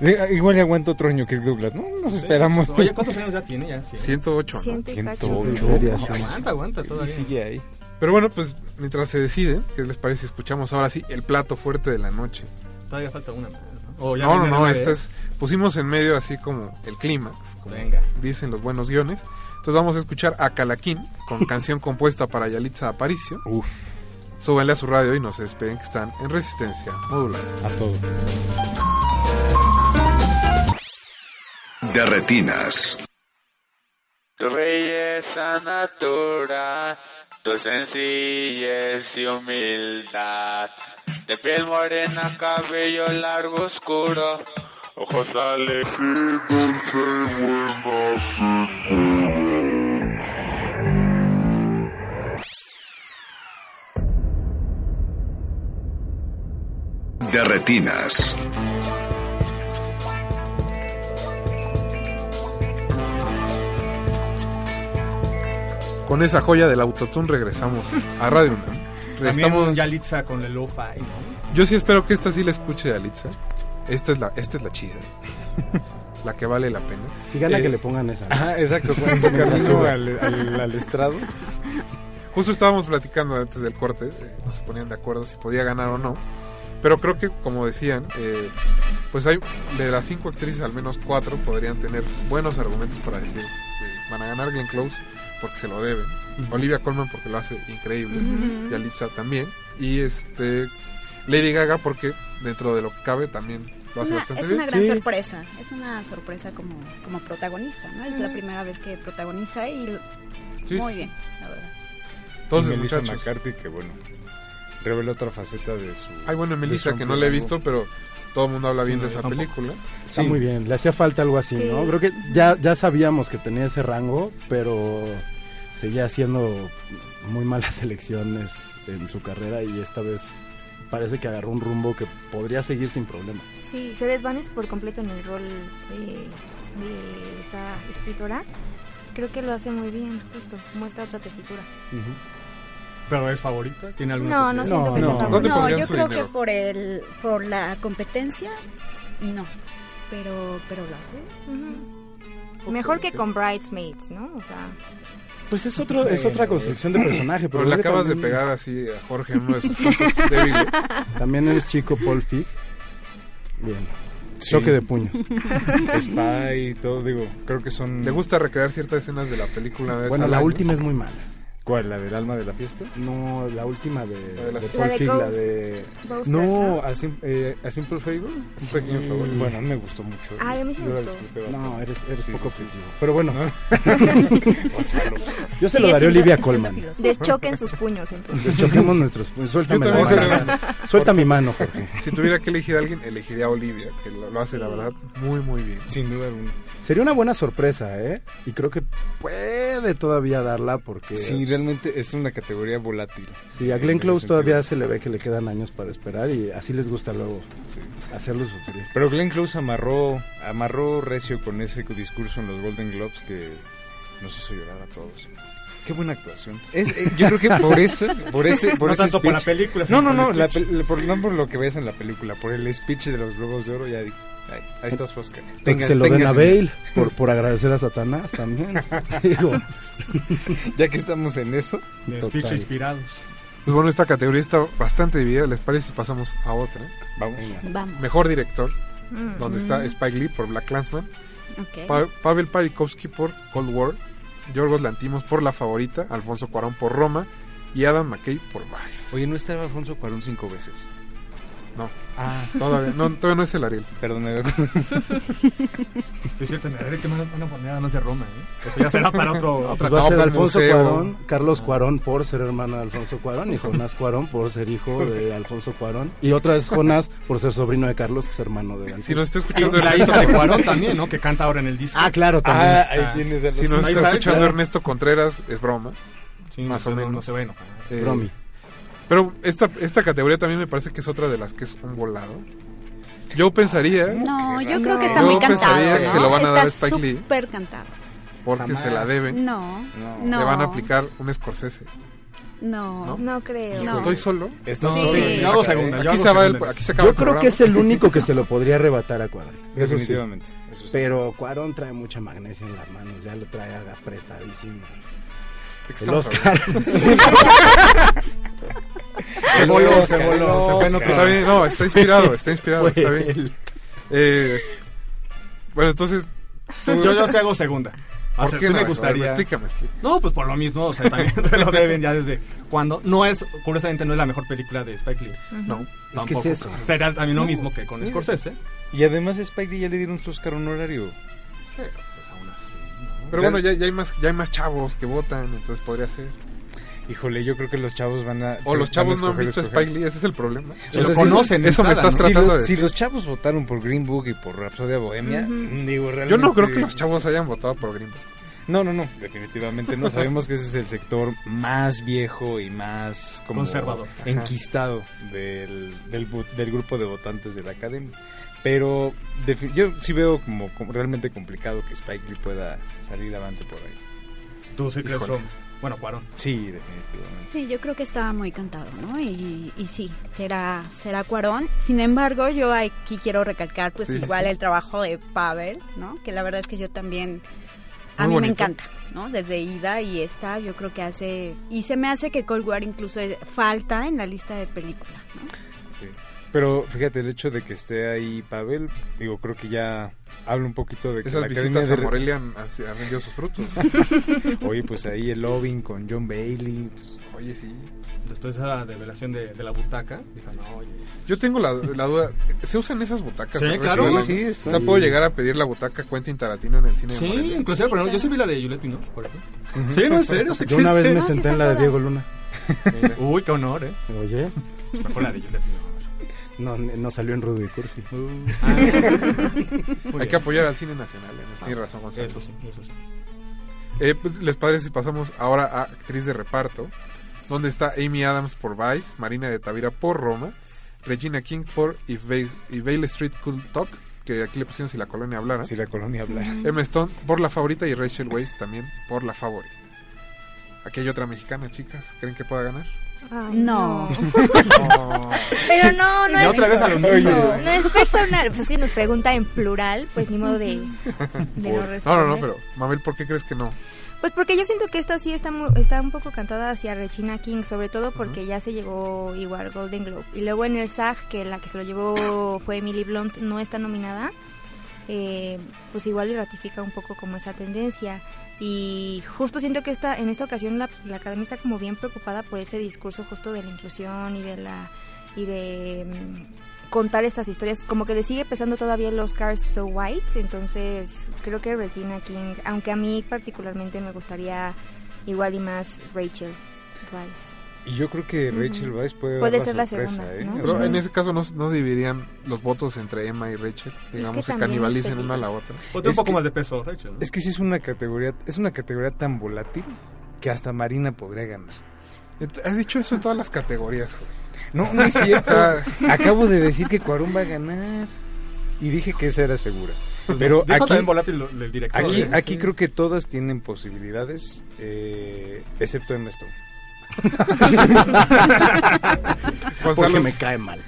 Speaker 3: Eh, Igual le aguanto otro año Kirk Douglas, ¿no? Nos esperamos.
Speaker 4: Oye, ¿cuántos años ya tiene? Ya, sí.
Speaker 2: 108. ¿no?
Speaker 5: Siento y cacho.
Speaker 3: 108.
Speaker 4: Aguanta, aguanta todavía.
Speaker 3: sigue ahí.
Speaker 2: Pero bueno, pues mientras se decide, ¿qué les parece si escuchamos ahora sí el plato fuerte de la noche?
Speaker 4: Todavía falta una. más, ¿no? O ya
Speaker 2: No, no,
Speaker 4: viene ¿eh? de
Speaker 2: no,
Speaker 4: una
Speaker 2: esta
Speaker 4: vez.
Speaker 2: es, pusimos en medio así como el clímax, como
Speaker 4: Venga.
Speaker 2: dicen los buenos guiones. Entonces vamos a escuchar a Calaquín con canción compuesta para Yalitza Aparicio.
Speaker 3: Uf.
Speaker 2: Súbanle a su radio y no se despeguen que están en resistencia modular.
Speaker 3: A todo.
Speaker 1: De retinas.
Speaker 10: Tu belleza natural, tu sencillez y humildad. De piel morena, cabello largo oscuro, ojos alegres.
Speaker 1: De retinas.
Speaker 2: Con esa joya del autotune regresamos a Radio UNAM.
Speaker 4: También
Speaker 2: Regresamos-
Speaker 4: Yalitza con el lo-fi, ¿no?
Speaker 2: Yo sí espero que esta sí la escuche Yalitza. Esta es la, esta es la chida. la que vale la pena.
Speaker 8: Si gana
Speaker 2: Eh,
Speaker 8: que le pongan esa. ¿no?
Speaker 3: Ajá, exacto. En su camino al, al- al estrado.
Speaker 2: Justo estábamos platicando antes del corte, eh, no se ponían de acuerdo si podía ganar o no. Pero creo que, como decían, eh, pues hay de las cinco actrices, al menos cuatro podrían tener buenos argumentos para decir que van a ganar Glenn Close porque se lo deben. Olivia Colman porque lo hace increíble. Y Alisa también. Y este Lady Gaga porque dentro de lo que cabe también lo hace
Speaker 6: Una-
Speaker 2: bastante
Speaker 6: es
Speaker 2: bien.
Speaker 6: una gran
Speaker 2: Sí.
Speaker 6: sorpresa, es una sorpresa como, como protagonista, ¿no? Es la primera vez que protagoniza y lo-
Speaker 2: Sí,
Speaker 6: muy
Speaker 2: sí.
Speaker 6: bien, la verdad.
Speaker 2: Entonces,
Speaker 3: y Melissa
Speaker 2: muchachos.
Speaker 3: McCarthy, que bueno, reveló otra faceta de su...
Speaker 2: Ay, bueno,
Speaker 3: de
Speaker 2: Melissa
Speaker 3: su
Speaker 2: que no la he
Speaker 3: amplio
Speaker 2: visto, pero todo el mundo habla bien
Speaker 4: no,
Speaker 2: de
Speaker 4: yo
Speaker 2: esa
Speaker 4: tampoco.
Speaker 2: película.
Speaker 8: Está
Speaker 3: Sí.
Speaker 8: muy bien, le hacía falta algo así,
Speaker 5: Sí.
Speaker 8: ¿no? Creo que ya, ya sabíamos que tenía ese rango, pero seguía haciendo muy malas elecciones en su carrera y esta vez parece que agarró un rumbo que podría seguir sin problema.
Speaker 5: Sí, se desvanece por completo en el rol de, de esta escritora. Creo que lo hace muy bien, justo, muestra otra tesitura.
Speaker 4: Pero es favorita, tiene alguna
Speaker 5: No, no
Speaker 4: posibilidad?
Speaker 5: siento que sea
Speaker 8: no.
Speaker 5: tan
Speaker 2: ¿Dónde
Speaker 6: No,
Speaker 2: pondrían
Speaker 6: yo
Speaker 2: su
Speaker 6: creo
Speaker 2: dinero?
Speaker 6: que por el por la competencia no, pero pero lo hace.
Speaker 5: Ujú. Mejor que con Bridesmaids, ¿no? O sea,
Speaker 8: Pues es, otro, es otra construcción de personaje.
Speaker 2: Pero le
Speaker 8: probablemente
Speaker 2: acabas de
Speaker 8: también-
Speaker 2: pegar así a Jorge en uno de sus puntos débiles.
Speaker 8: También es chico Paul Fig. Bien.
Speaker 3: Sí.
Speaker 8: Choque de puños.
Speaker 3: Spy y todo, digo, creo que son...
Speaker 2: ¿Te gusta recrear ciertas escenas de la película? una vez
Speaker 8: Mm. Bueno,
Speaker 2: al
Speaker 8: la
Speaker 2: año?
Speaker 8: última es muy mala.
Speaker 3: ¿Cuál? ¿La del alma de la fiesta?
Speaker 8: No, la última de,
Speaker 2: La de la-
Speaker 8: de
Speaker 2: La
Speaker 8: Paul
Speaker 5: de
Speaker 8: Feig, la
Speaker 5: Ghost.
Speaker 8: de...
Speaker 5: Ghostbusters,
Speaker 3: No, a, Sim- eh, a Simple Favor.
Speaker 2: Un pequeño favor.
Speaker 3: Bueno, a mí me gustó mucho.
Speaker 5: Ay, a mí sí me
Speaker 3: Yo la
Speaker 5: gustó.
Speaker 3: disfruté bastante.
Speaker 8: No, eres, eres
Speaker 3: Sí,
Speaker 8: poco
Speaker 3: sí, sí.
Speaker 8: frío. Pero bueno,
Speaker 3: Gonzalo.
Speaker 8: yo se lo daré a Olivia Colman.
Speaker 5: deschoquen sus puños, entonces.
Speaker 8: Deschoquemos nuestros... pues, Suéltame
Speaker 2: Yo
Speaker 8: la
Speaker 2: también
Speaker 8: mano. Suelta mi mano, Jorge.
Speaker 2: Si tuviera que elegir a alguien, elegiría a Olivia, que lo, lo hace, la verdad, muy, muy bien.
Speaker 3: Sin duda alguna.
Speaker 8: Sería una buena sorpresa, ¿eh? Y creo que puede todavía darla porque...
Speaker 3: Sí, realmente es una categoría volátil.
Speaker 8: Sí, a
Speaker 3: En
Speaker 8: Glenn
Speaker 3: ese
Speaker 8: Close todavía
Speaker 3: sentido.
Speaker 8: se le ve que le quedan años para esperar y así les gusta luego
Speaker 3: Sí.
Speaker 8: hacerlo sufrir.
Speaker 3: Pero Glenn Close amarró, amarró recio con ese discurso en los Golden Globes que nos hizo llorar a todos. Qué buena actuación. Es, eh, yo creo que por eso, por ese, por
Speaker 4: no
Speaker 3: ese
Speaker 4: tanto por la
Speaker 3: speech-
Speaker 4: película.
Speaker 3: No,
Speaker 4: sino
Speaker 3: no,
Speaker 4: por
Speaker 3: no,
Speaker 4: el
Speaker 3: la
Speaker 4: pitch.
Speaker 3: pel- por, no por lo que ves en la película, por el speech de los Globos de Oro, ya dije, ahí, ahí estás, Oscar.
Speaker 8: Porque se lo den a Bale por, por agradecer a Satanás también. Digo,
Speaker 3: Ya que estamos en eso,
Speaker 4: De
Speaker 8: Total.
Speaker 4: speech inspirados.
Speaker 2: Pues bueno, esta categoría está bastante dividida. ¿Les parece si pasamos a otra?
Speaker 3: vamos.
Speaker 6: Vamos.
Speaker 2: Mejor director,
Speaker 5: Mm.
Speaker 2: donde está Spike Lee por Black Clansman,
Speaker 6: Ok.
Speaker 2: Pa- Pavel Parikovsky por Cold War, Yorgos Lantimos por La Favorita, Alfonso Cuarón por Roma y Adam McKay por Vice.
Speaker 3: Oye, no estaba Alfonso Cuarón cinco veces.
Speaker 2: No.
Speaker 3: Ah,
Speaker 2: Todavía no, todavía no es el Ariel.
Speaker 3: perdón.
Speaker 4: Es cierto, me daré que me van a poner además de Roma, ¿eh? Eso ya será para otro.
Speaker 8: pues va
Speaker 4: otra
Speaker 8: a
Speaker 2: No,
Speaker 8: ser
Speaker 2: pues,
Speaker 8: Alfonso
Speaker 2: museo.
Speaker 8: Cuarón, Carlos Cuarón por ser hermano de Alfonso Cuarón y Jonás Cuarón por ser hijo de Alfonso Cuarón. Y otra es Jonás por ser sobrino de Carlos, que es hermano de
Speaker 2: Si
Speaker 8: Alfonso.
Speaker 2: nos está
Speaker 4: Y
Speaker 2: escuchando
Speaker 4: la
Speaker 2: Ernesto,
Speaker 4: hija de Cuarón también, ¿no? Que canta ahora en el disco.
Speaker 8: Ah, claro, también.
Speaker 3: Ah,
Speaker 4: ahí
Speaker 3: ahí tienes
Speaker 2: si nos está
Speaker 4: Ahí está,
Speaker 2: escuchando
Speaker 4: ya.
Speaker 2: Ernesto Contreras, es broma.
Speaker 4: Sí,
Speaker 2: más
Speaker 4: no,
Speaker 2: o
Speaker 4: no,
Speaker 2: menos.
Speaker 4: No se va a enojar.
Speaker 2: Eh,
Speaker 8: este, Bromi.
Speaker 2: Pero esta, esta categoría también me parece que es otra de las que es un volado. Yo pensaría
Speaker 6: No, yo
Speaker 5: No.
Speaker 6: creo que está
Speaker 5: Yo
Speaker 6: muy
Speaker 2: pensaría
Speaker 6: cantado.
Speaker 2: que
Speaker 6: ¿no?
Speaker 2: se lo van a
Speaker 6: está
Speaker 2: dar a Spike Lee.
Speaker 6: súper cantado.
Speaker 2: porque se la deben.
Speaker 6: No, no.
Speaker 2: Le van a aplicar un Scorsese.
Speaker 6: No.
Speaker 5: No creo.
Speaker 6: No.
Speaker 2: Estoy solo.
Speaker 3: Estás
Speaker 6: Sí.
Speaker 3: solo
Speaker 6: Yo
Speaker 3: en esa
Speaker 4: hago
Speaker 3: cadena.
Speaker 4: segunda. Eh, Yo
Speaker 2: Aquí
Speaker 4: hago
Speaker 2: se, va el-
Speaker 4: segundas.
Speaker 2: aquí se acaba
Speaker 8: Yo
Speaker 2: el
Speaker 8: creo
Speaker 2: programa.
Speaker 8: que es el único que se lo podría arrebatar a Cuarón. Eso sí.
Speaker 3: Definitivamente. eso sí.
Speaker 8: Pero Cuarón trae mucha magnesia en las manos, ya lo trae apretadísimo.
Speaker 2: ¿De qué
Speaker 8: El
Speaker 2: estamos
Speaker 8: Oscar.
Speaker 4: Se voló, se voló. Se fue en
Speaker 2: hablando?
Speaker 4: otro
Speaker 2: Está bien, no, está inspirado, está inspirado, está bien. Eh, bueno, entonces,
Speaker 4: Yo, yo sí hago segunda. O
Speaker 2: ¿por
Speaker 4: sea,
Speaker 2: qué
Speaker 4: sí
Speaker 2: no? A
Speaker 4: me
Speaker 2: ver,
Speaker 4: gustaría.
Speaker 2: Explícame, explícame.
Speaker 4: No, pues por lo mismo, o sea, también te lo deben ya desde cuando. No es, curiosamente, no es la mejor película de Spike Lee. No,
Speaker 8: Es que
Speaker 4: tampoco.
Speaker 8: es eso.
Speaker 4: Será también lo mismo que con Scorsese.
Speaker 3: Y además a Spike Lee ya le dieron su Oscar honorario.
Speaker 4: Pues aún así.
Speaker 2: Pero bueno, ya, ya hay más, ya hay más chavos que votan, entonces podría ser.
Speaker 3: Híjole, yo creo que los chavos van a...
Speaker 2: O los
Speaker 3: van a
Speaker 2: chavos no han
Speaker 3: escoger,
Speaker 2: visto
Speaker 3: escoger.
Speaker 2: Spike Lee, ese es el problema.
Speaker 4: Si lo
Speaker 3: sea, sí,
Speaker 4: conocen,
Speaker 2: eso me
Speaker 4: entrada,
Speaker 2: estás
Speaker 3: Si,
Speaker 2: tratando
Speaker 3: lo-
Speaker 2: de
Speaker 3: si
Speaker 2: decir.
Speaker 3: los chavos votaron por Green Book y por Rapsodia Bohemia, digo, realmente...
Speaker 2: Yo no creo que los chavos hayan votado por Green Book.
Speaker 3: No, no, no, definitivamente no. Sabemos que ese es el sector más viejo y más como
Speaker 4: Conservador.
Speaker 3: enquistado del, del, vo- del grupo de votantes de la academia. Pero defi- yo sí veo como, como realmente complicado que Spike Lee pueda salir avante por ahí.
Speaker 4: ¿no? Tú sí crees
Speaker 2: Híjole.
Speaker 4: Roma. Bueno, Cuarón.
Speaker 3: Sí, definitivamente.
Speaker 6: Sí, yo creo que estaba muy cantado, ¿no? Y, y sí, será, será Cuarón. Sin embargo, yo aquí quiero recalcar, pues
Speaker 2: Sí, sí,
Speaker 6: igual
Speaker 2: sí.
Speaker 6: el trabajo de Pavel, ¿no? Que la verdad es que yo también, a
Speaker 2: Muy
Speaker 6: mí me
Speaker 2: bonito.
Speaker 6: encanta, ¿no? Desde Ida y esta, yo creo que hace, y se me hace que Cold War incluso es- falta en la lista de película, ¿no?
Speaker 3: Sí. Pero fíjate, el hecho de que esté ahí Pavel, digo, creo que ya habla un poquito de que
Speaker 2: Esas
Speaker 3: la academia
Speaker 2: visitas
Speaker 3: de...
Speaker 2: a Morelia han, han rendido sus frutos.
Speaker 3: Oye, pues ahí el lobbying con John Bailey. pues,
Speaker 2: Oye, sí.
Speaker 4: Después de esa develación de, de la butaca, dije, no, oye.
Speaker 2: Yo tengo la, la duda, ¿se usan esas butacas?
Speaker 4: Sí,
Speaker 2: al resto
Speaker 4: claro.
Speaker 2: del año?
Speaker 3: Sí, está.
Speaker 2: O sea, puedo llegar a pedir la butaca Quentin Tarantino en el cine. de
Speaker 4: Sí,
Speaker 2: Morelia?
Speaker 4: inclusive, pero yo sí vi la de Juliette Binoche, por ejemplo. Sí, no, en serio, sí
Speaker 8: Yo una vez
Speaker 4: existe.
Speaker 8: me
Speaker 6: No, sí
Speaker 8: senté en
Speaker 6: están
Speaker 8: la de
Speaker 6: todas.
Speaker 8: Diego Luna.
Speaker 4: Uy, qué honor, ¿eh?
Speaker 8: Oye,
Speaker 4: Pues mejor la de Juliette Binoche.
Speaker 8: no, no salió en Rudy Cursi.
Speaker 4: Uh, ah. Muy
Speaker 2: Hay
Speaker 4: bien. Ah,
Speaker 2: que apoyar al cine nacional, eh, nos tiene razón Gonzalo.
Speaker 4: Eso sí, eso sí.
Speaker 2: Eh, pues, ¿Les parece si pasamos ahora a actriz de reparto? Donde está Amy Adams por Vice, Marina de Tavira por Roma, Regina King por If, Ba- If Bailey Street Could Talk, que aquí le pusimos si la colonia
Speaker 4: Ah.
Speaker 2: hablara,
Speaker 3: Si la colonia hablara.
Speaker 2: Emma Stone por la favorita y Rachel Weisz también por la favorita. Aquí hay otra mexicana, chicas. ¿Creen que pueda ganar?
Speaker 5: Ay,
Speaker 6: No.
Speaker 2: No.
Speaker 5: Pero no, no
Speaker 4: Ya
Speaker 5: es,
Speaker 4: otra vez a lo mismo.
Speaker 5: no es personal. Pues es que nos pregunta en plural, pues ni modo de, de no responder.
Speaker 2: No, no, no, pero Mabel, ¿por qué crees que no?
Speaker 5: Pues porque yo siento que esta sí está mu- está un poco cantada hacia Regina King, sobre todo porque ya se llevó igual Golden Globe. Y luego en el SAG, que la que se lo llevó fue Emily Blunt, no está nominada, eh, pues igual y ratifica un poco como esa tendencia. Y justo siento que esta, en esta ocasión la, la academia está como bien preocupada por ese discurso justo de la inclusión y de la y de mm, contar estas historias. Como que le sigue pesando todavía el Oscar So White, entonces creo que Regina King, aunque a mí particularmente me gustaría igual y más Rachel Weisz.
Speaker 3: Y yo creo que Rachel Weisz puede,
Speaker 5: Puede
Speaker 3: dar
Speaker 5: ser la
Speaker 3: sorpresa,
Speaker 5: segunda,
Speaker 3: ¿eh?
Speaker 5: ¿no?
Speaker 3: O
Speaker 2: Pero
Speaker 3: sea,
Speaker 2: en ese caso no, no dividirían los votos entre Emma y Rachel. Digamos, se
Speaker 5: también es
Speaker 2: canibalicen
Speaker 5: peligro.
Speaker 2: una a la otra.
Speaker 4: Ponte un
Speaker 3: Es
Speaker 4: poco
Speaker 3: que-
Speaker 4: más de peso, Rachel. ¿no?
Speaker 3: Es que sí es una categoría, es una categoría tan volátil que hasta Marina podría ganar.
Speaker 2: Ent- Has dicho eso en todas las categorías. güey.
Speaker 3: No, no es cierto. Acabo de decir que Cuarón va a ganar. Y dije que esa era segura. Pero
Speaker 4: Dijo
Speaker 3: aquí,
Speaker 4: también volátil lo- el director.
Speaker 3: aquí,
Speaker 4: ¿eh?
Speaker 3: aquí creo que todas tienen posibilidades, eh, excepto Emma Stone.
Speaker 8: Porque
Speaker 2: Gonzalo,
Speaker 8: me cae mal.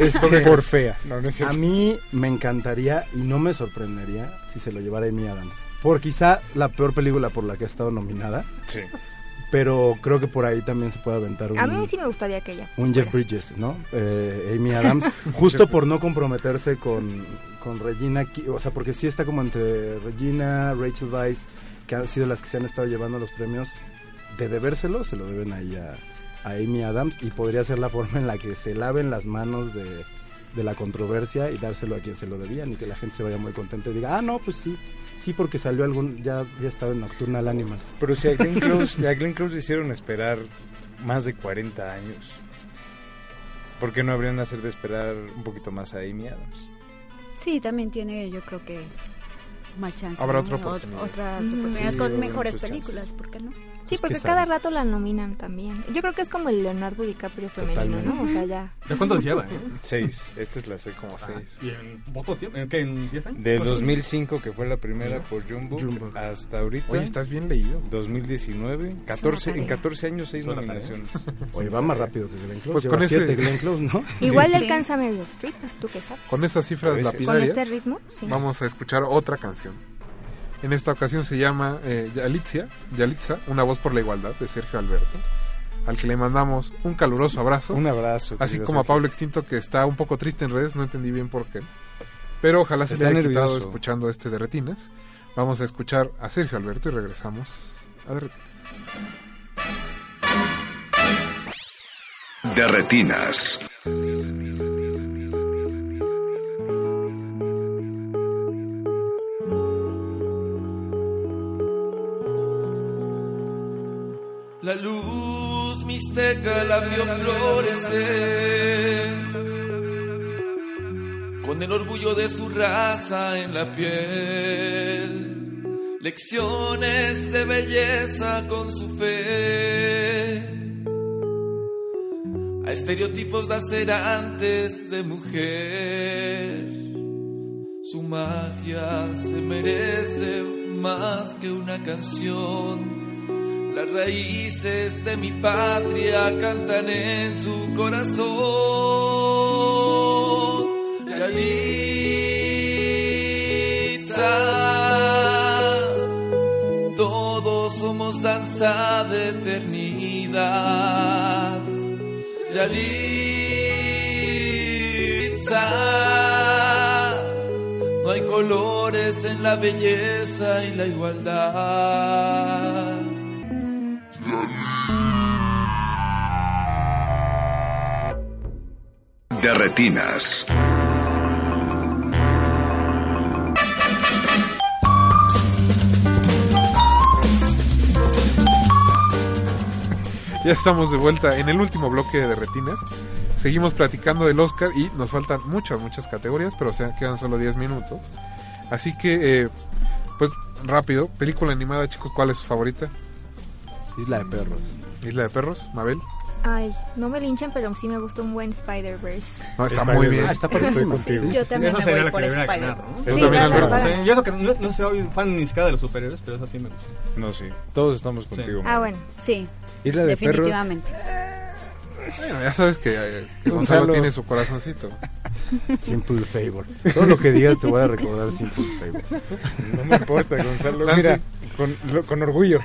Speaker 8: Este,
Speaker 3: Por fea. No, no es
Speaker 8: A
Speaker 3: cierto.
Speaker 8: mí me encantaría y no me sorprendería si se lo llevara Amy Adams. Por quizá la peor película por la que ha estado nominada,
Speaker 3: Sí.
Speaker 8: pero creo que por ahí también se puede aventar un,
Speaker 5: A mí sí me gustaría que ella.
Speaker 8: un Jeff Bridges, ¿no? Eh, Amy Adams, justo por no comprometerse con, con Regina, Ki- o sea, porque sí está como entre Regina, Rachel Weisz, que han sido las que se han estado llevando los premios, de debérselo, se lo deben ahí a, a Amy Adams y podría ser la forma en la que se laven las manos de, de la controversia y dárselo a quien se lo debían y que la gente se vaya muy contenta y diga, ah, no, pues sí, sí, porque salió algún, ya había estado en Nocturnal Animals.
Speaker 3: Pero si a Glenn Close, a Glenn Close le hicieron esperar más de 40 años, ¿por qué no habrían hacer de esperar un poquito más a Amy Adams?
Speaker 6: Sí, también tiene, yo creo que más chance.
Speaker 2: Habrá
Speaker 6: ¿no? Ah,
Speaker 2: otra
Speaker 5: Mm,
Speaker 6: Ot-
Speaker 2: oportunidad.
Speaker 6: Otras
Speaker 5: Ujú.
Speaker 6: oportunidades
Speaker 3: Sí,
Speaker 6: con
Speaker 3: habrá
Speaker 6: mejores
Speaker 3: muchas chances.
Speaker 6: películas, ¿por qué no?
Speaker 5: Sí,
Speaker 8: Pues,
Speaker 5: porque
Speaker 8: ¿qué
Speaker 5: cada
Speaker 8: sabes?
Speaker 5: rato la nominan también. Yo creo que es como el Leonardo DiCaprio femenino, ¿no? O sea, ya.
Speaker 4: ¿Ya cuántos lleva? eh?
Speaker 3: Seis, esta es la sexta.
Speaker 5: Ah.
Speaker 2: como seis.
Speaker 4: ¿Y en poco tiempo? ¿En qué? ¿En 10 años?
Speaker 3: Del
Speaker 4: Pues,
Speaker 3: 2005, que fue la primera por Jumbo,
Speaker 2: Jumbo.
Speaker 3: hasta ahorita.
Speaker 2: Oye, estás bien leído.
Speaker 3: 2019, 14, en
Speaker 5: tarea.
Speaker 3: 14 años seis
Speaker 4: Es una
Speaker 3: nominaciones.
Speaker 8: Oye, va más rápido que Glenn Close.
Speaker 2: Pues
Speaker 8: Pues
Speaker 2: con
Speaker 8: con
Speaker 2: ese-
Speaker 8: siete Glenn Close, ¿no?
Speaker 5: Igual le
Speaker 6: Sí.
Speaker 5: alcanza a Meryl Streep, ¿tú qué sabes?
Speaker 2: Con esas cifras
Speaker 3: Parece.
Speaker 5: ¿Con
Speaker 2: lapidarias,
Speaker 5: este ritmo, sí.
Speaker 2: vamos a escuchar otra canción. En esta ocasión se llama eh, Yalitza, Yalitza, Una voz por la igualdad, de Sergio Alberto, al que le mandamos un caluroso abrazo.
Speaker 3: Un abrazo.
Speaker 2: Así
Speaker 3: querido
Speaker 2: como a
Speaker 3: Sergio.
Speaker 2: Pablo Extinto que está un poco triste en redes, no entendí bien por qué. Pero ojalá se
Speaker 3: Está
Speaker 2: le haya quitado
Speaker 3: nervioso.
Speaker 2: escuchando este de Retinas. Vamos a escuchar a Sergio Alberto y regresamos a de Retinas.
Speaker 1: De retinas.
Speaker 7: La luz mixteca la vio florecer con el orgullo de su raza en la piel. Lecciones de belleza con su fe. A estereotipos lacerantes de mujer. Su magia se merece más que una canción. Las raíces de mi patria cantan en su corazón. Yalitza, todos somos danza de eternidad. Yalitza, no hay colores en la belleza y la igualdad.
Speaker 1: De retinas.
Speaker 2: Ya estamos de vuelta en el último bloque de Retinas. Seguimos platicando del Oscar y nos faltan muchas, muchas categorías, pero se quedan solo 10 minutos. Así que, eh, pues rápido, película animada, chicos, ¿cuál es su favorita?
Speaker 8: Isla de Perros.
Speaker 2: Isla de Perros, Mabel.
Speaker 5: Ay, no me linchan, pero sí me gusta un buen Spider-Verse.
Speaker 2: No, está muy bien.
Speaker 3: Ah,
Speaker 8: Está padrísimo.
Speaker 6: Sí, yo también
Speaker 4: Esa
Speaker 6: me
Speaker 4: sería
Speaker 6: voy
Speaker 4: la que
Speaker 6: por
Speaker 4: debería
Speaker 6: Spider-Man.
Speaker 4: ganar, ¿no?
Speaker 5: Sí,
Speaker 2: también
Speaker 5: claro,
Speaker 2: es verdad.
Speaker 5: para-
Speaker 4: Sí, y eso que no, no soy fan ni siquiera de los superhéroes, pero esa sí me gusta.
Speaker 3: No, sí. Todos estamos contigo.
Speaker 5: Ah, bueno.
Speaker 6: Sí,
Speaker 3: Isla de Perros.
Speaker 6: definitivamente.
Speaker 2: Bueno, ya sabes que, eh, que Gonzalo,
Speaker 8: Gonzalo.
Speaker 2: tiene su corazoncito.
Speaker 8: Simple Favor. Todo lo que digas te voy a recordar Simple Favor.
Speaker 3: No me importa, Gonzalo.
Speaker 2: Nancy.
Speaker 3: Mira, con, lo- con orgullo.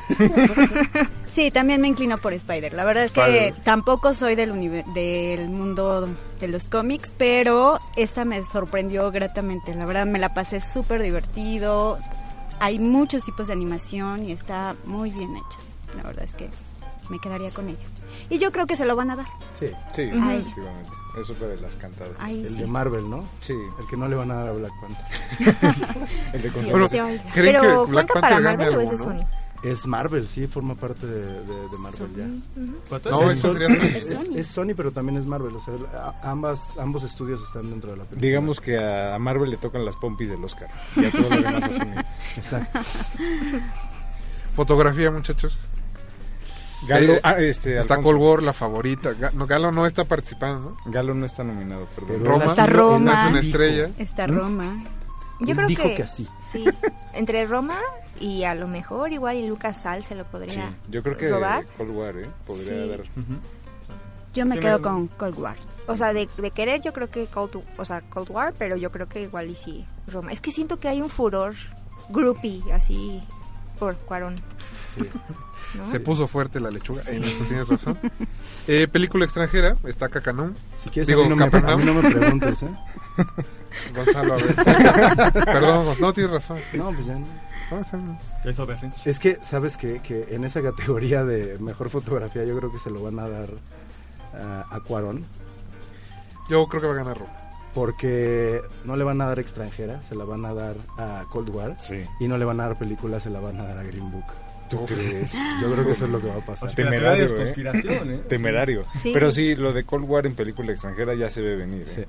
Speaker 6: Sí, también me inclino por Spider. La verdad es que
Speaker 2: Spider.
Speaker 6: tampoco soy del, univer- del mundo de los cómics, pero esta me sorprendió gratamente. La verdad me la pasé súper divertido. Hay muchos tipos de animación y está muy bien hecha. La verdad es que me quedaría con ella. Y yo creo que se lo van a dar.
Speaker 8: Sí,
Speaker 3: Sí,
Speaker 6: Ay.
Speaker 3: definitivamente. Es otra de las cantadas.
Speaker 6: Ay,
Speaker 8: el
Speaker 6: sí.
Speaker 8: de Marvel, ¿no?
Speaker 3: Sí,
Speaker 8: El que no le van a dar a Black Panther.
Speaker 3: el de
Speaker 6: Dios,
Speaker 2: Bueno,
Speaker 6: ya oiga.
Speaker 2: ¿creen que
Speaker 5: pero
Speaker 2: Black
Speaker 5: ¿cuenta
Speaker 2: Panther
Speaker 5: para
Speaker 2: gane
Speaker 5: Marvel o es de
Speaker 2: alguno?
Speaker 5: Sony?
Speaker 8: Es Marvel, sí, forma parte de, de- de Marvel ya.
Speaker 4: Pero
Speaker 2: No,
Speaker 4: entonces,
Speaker 2: esto sería...
Speaker 8: Es, es Sony, pero también es Marvel. O sea, a- ambas, ambos estudios están dentro de la película.
Speaker 3: Digamos que a a Marvel le tocan las pompis del Oscar. Y a todos los demás es un-
Speaker 8: Exacto.
Speaker 2: Fotografía, muchachos.
Speaker 3: Galo,
Speaker 2: Eh,
Speaker 3: ah, este,
Speaker 2: Está
Speaker 3: Alfonso.
Speaker 2: Cold War, la favorita. Ga- no, Galo no está participando, ¿no?
Speaker 3: Galo no está nominado, perdón.
Speaker 8: Pero
Speaker 2: Roma.
Speaker 8: él así lo-
Speaker 6: Roma.
Speaker 8: él así
Speaker 2: Es una
Speaker 8: dijo.
Speaker 2: estrella.
Speaker 6: Está Roma.
Speaker 5: Yo
Speaker 8: Él
Speaker 5: creo
Speaker 8: ¿Mm? dijo
Speaker 5: que,
Speaker 8: que así.
Speaker 5: Sí, entre Roma y a lo mejor igual y Lucas Sal se lo podría.
Speaker 3: Sí, yo creo que
Speaker 5: ¿Robar?
Speaker 3: Cold War, ¿eh? Podría
Speaker 5: Sí.
Speaker 3: dar.
Speaker 6: Yo me quedo con Cold War.
Speaker 5: O sea, de, de querer yo creo que Cold, o sea, Cold War, pero yo creo que igual y sí Roma. Es que siento que hay un furor groupie así por Cuarón.
Speaker 8: Sí.
Speaker 5: ¿no?
Speaker 2: Se puso fuerte la lechuga, en eso tienes razón. Eh, película extranjera, está Cacanún.
Speaker 8: Si quieres,
Speaker 2: Digo,
Speaker 8: a, mí no me,
Speaker 2: Capernaum.
Speaker 8: a mí no me preguntes, ¿eh?
Speaker 2: Gonzalo, a ver. Perdón, Gonz- no tienes razón.
Speaker 8: No, pues ya no.
Speaker 2: No, está bien.
Speaker 4: ya hizo berrinche.
Speaker 8: Es que, ¿sabes qué? Que en esa categoría de mejor fotografía, yo creo que se lo van a dar ah, a Cuarón.
Speaker 2: Yo creo que va a ganar Roma.
Speaker 8: Porque no le van a dar extranjera, se la van a dar a Cold War.
Speaker 3: Sí.
Speaker 8: Y no le van a dar película, se la van a dar a Green Book.
Speaker 3: ¿Tú crees?
Speaker 8: Yo creo que eso es lo que va a pasar.
Speaker 4: O sea,
Speaker 3: Temerario,
Speaker 4: temerario,
Speaker 3: ¿eh?
Speaker 4: conspiración, ¿eh?
Speaker 3: Temerario.
Speaker 5: Sí.
Speaker 3: Pero sí, lo de Cold War en película extranjera ya se ve venir. ¿eh?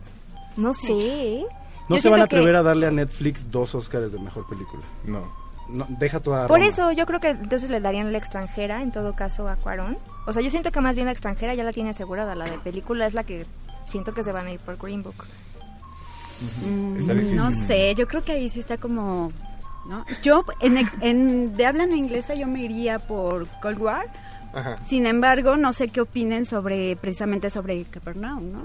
Speaker 5: No sé. ¿eh?
Speaker 8: No
Speaker 5: Yo
Speaker 8: se van a
Speaker 5: siento que-
Speaker 8: atrever a darle a Netflix dos Oscars de mejor película.
Speaker 3: No.
Speaker 8: No, deja toda.
Speaker 5: Por eso yo creo que entonces le darían la extranjera, en todo caso, a Cuarón. O sea, yo siento que más bien la extranjera ya la tiene asegurada. La de película es la que siento que se van a ir por Green Book.
Speaker 6: Mm,
Speaker 3: Está difícil.
Speaker 6: No sé, yo creo que ahí sí está como... ¿no? Yo, en, ex- en- de habla no inglesa, yo me iría por Cold War.
Speaker 2: Ajá.
Speaker 6: Sin embargo, no sé qué opinen sobre precisamente sobre Capernaum, ¿no?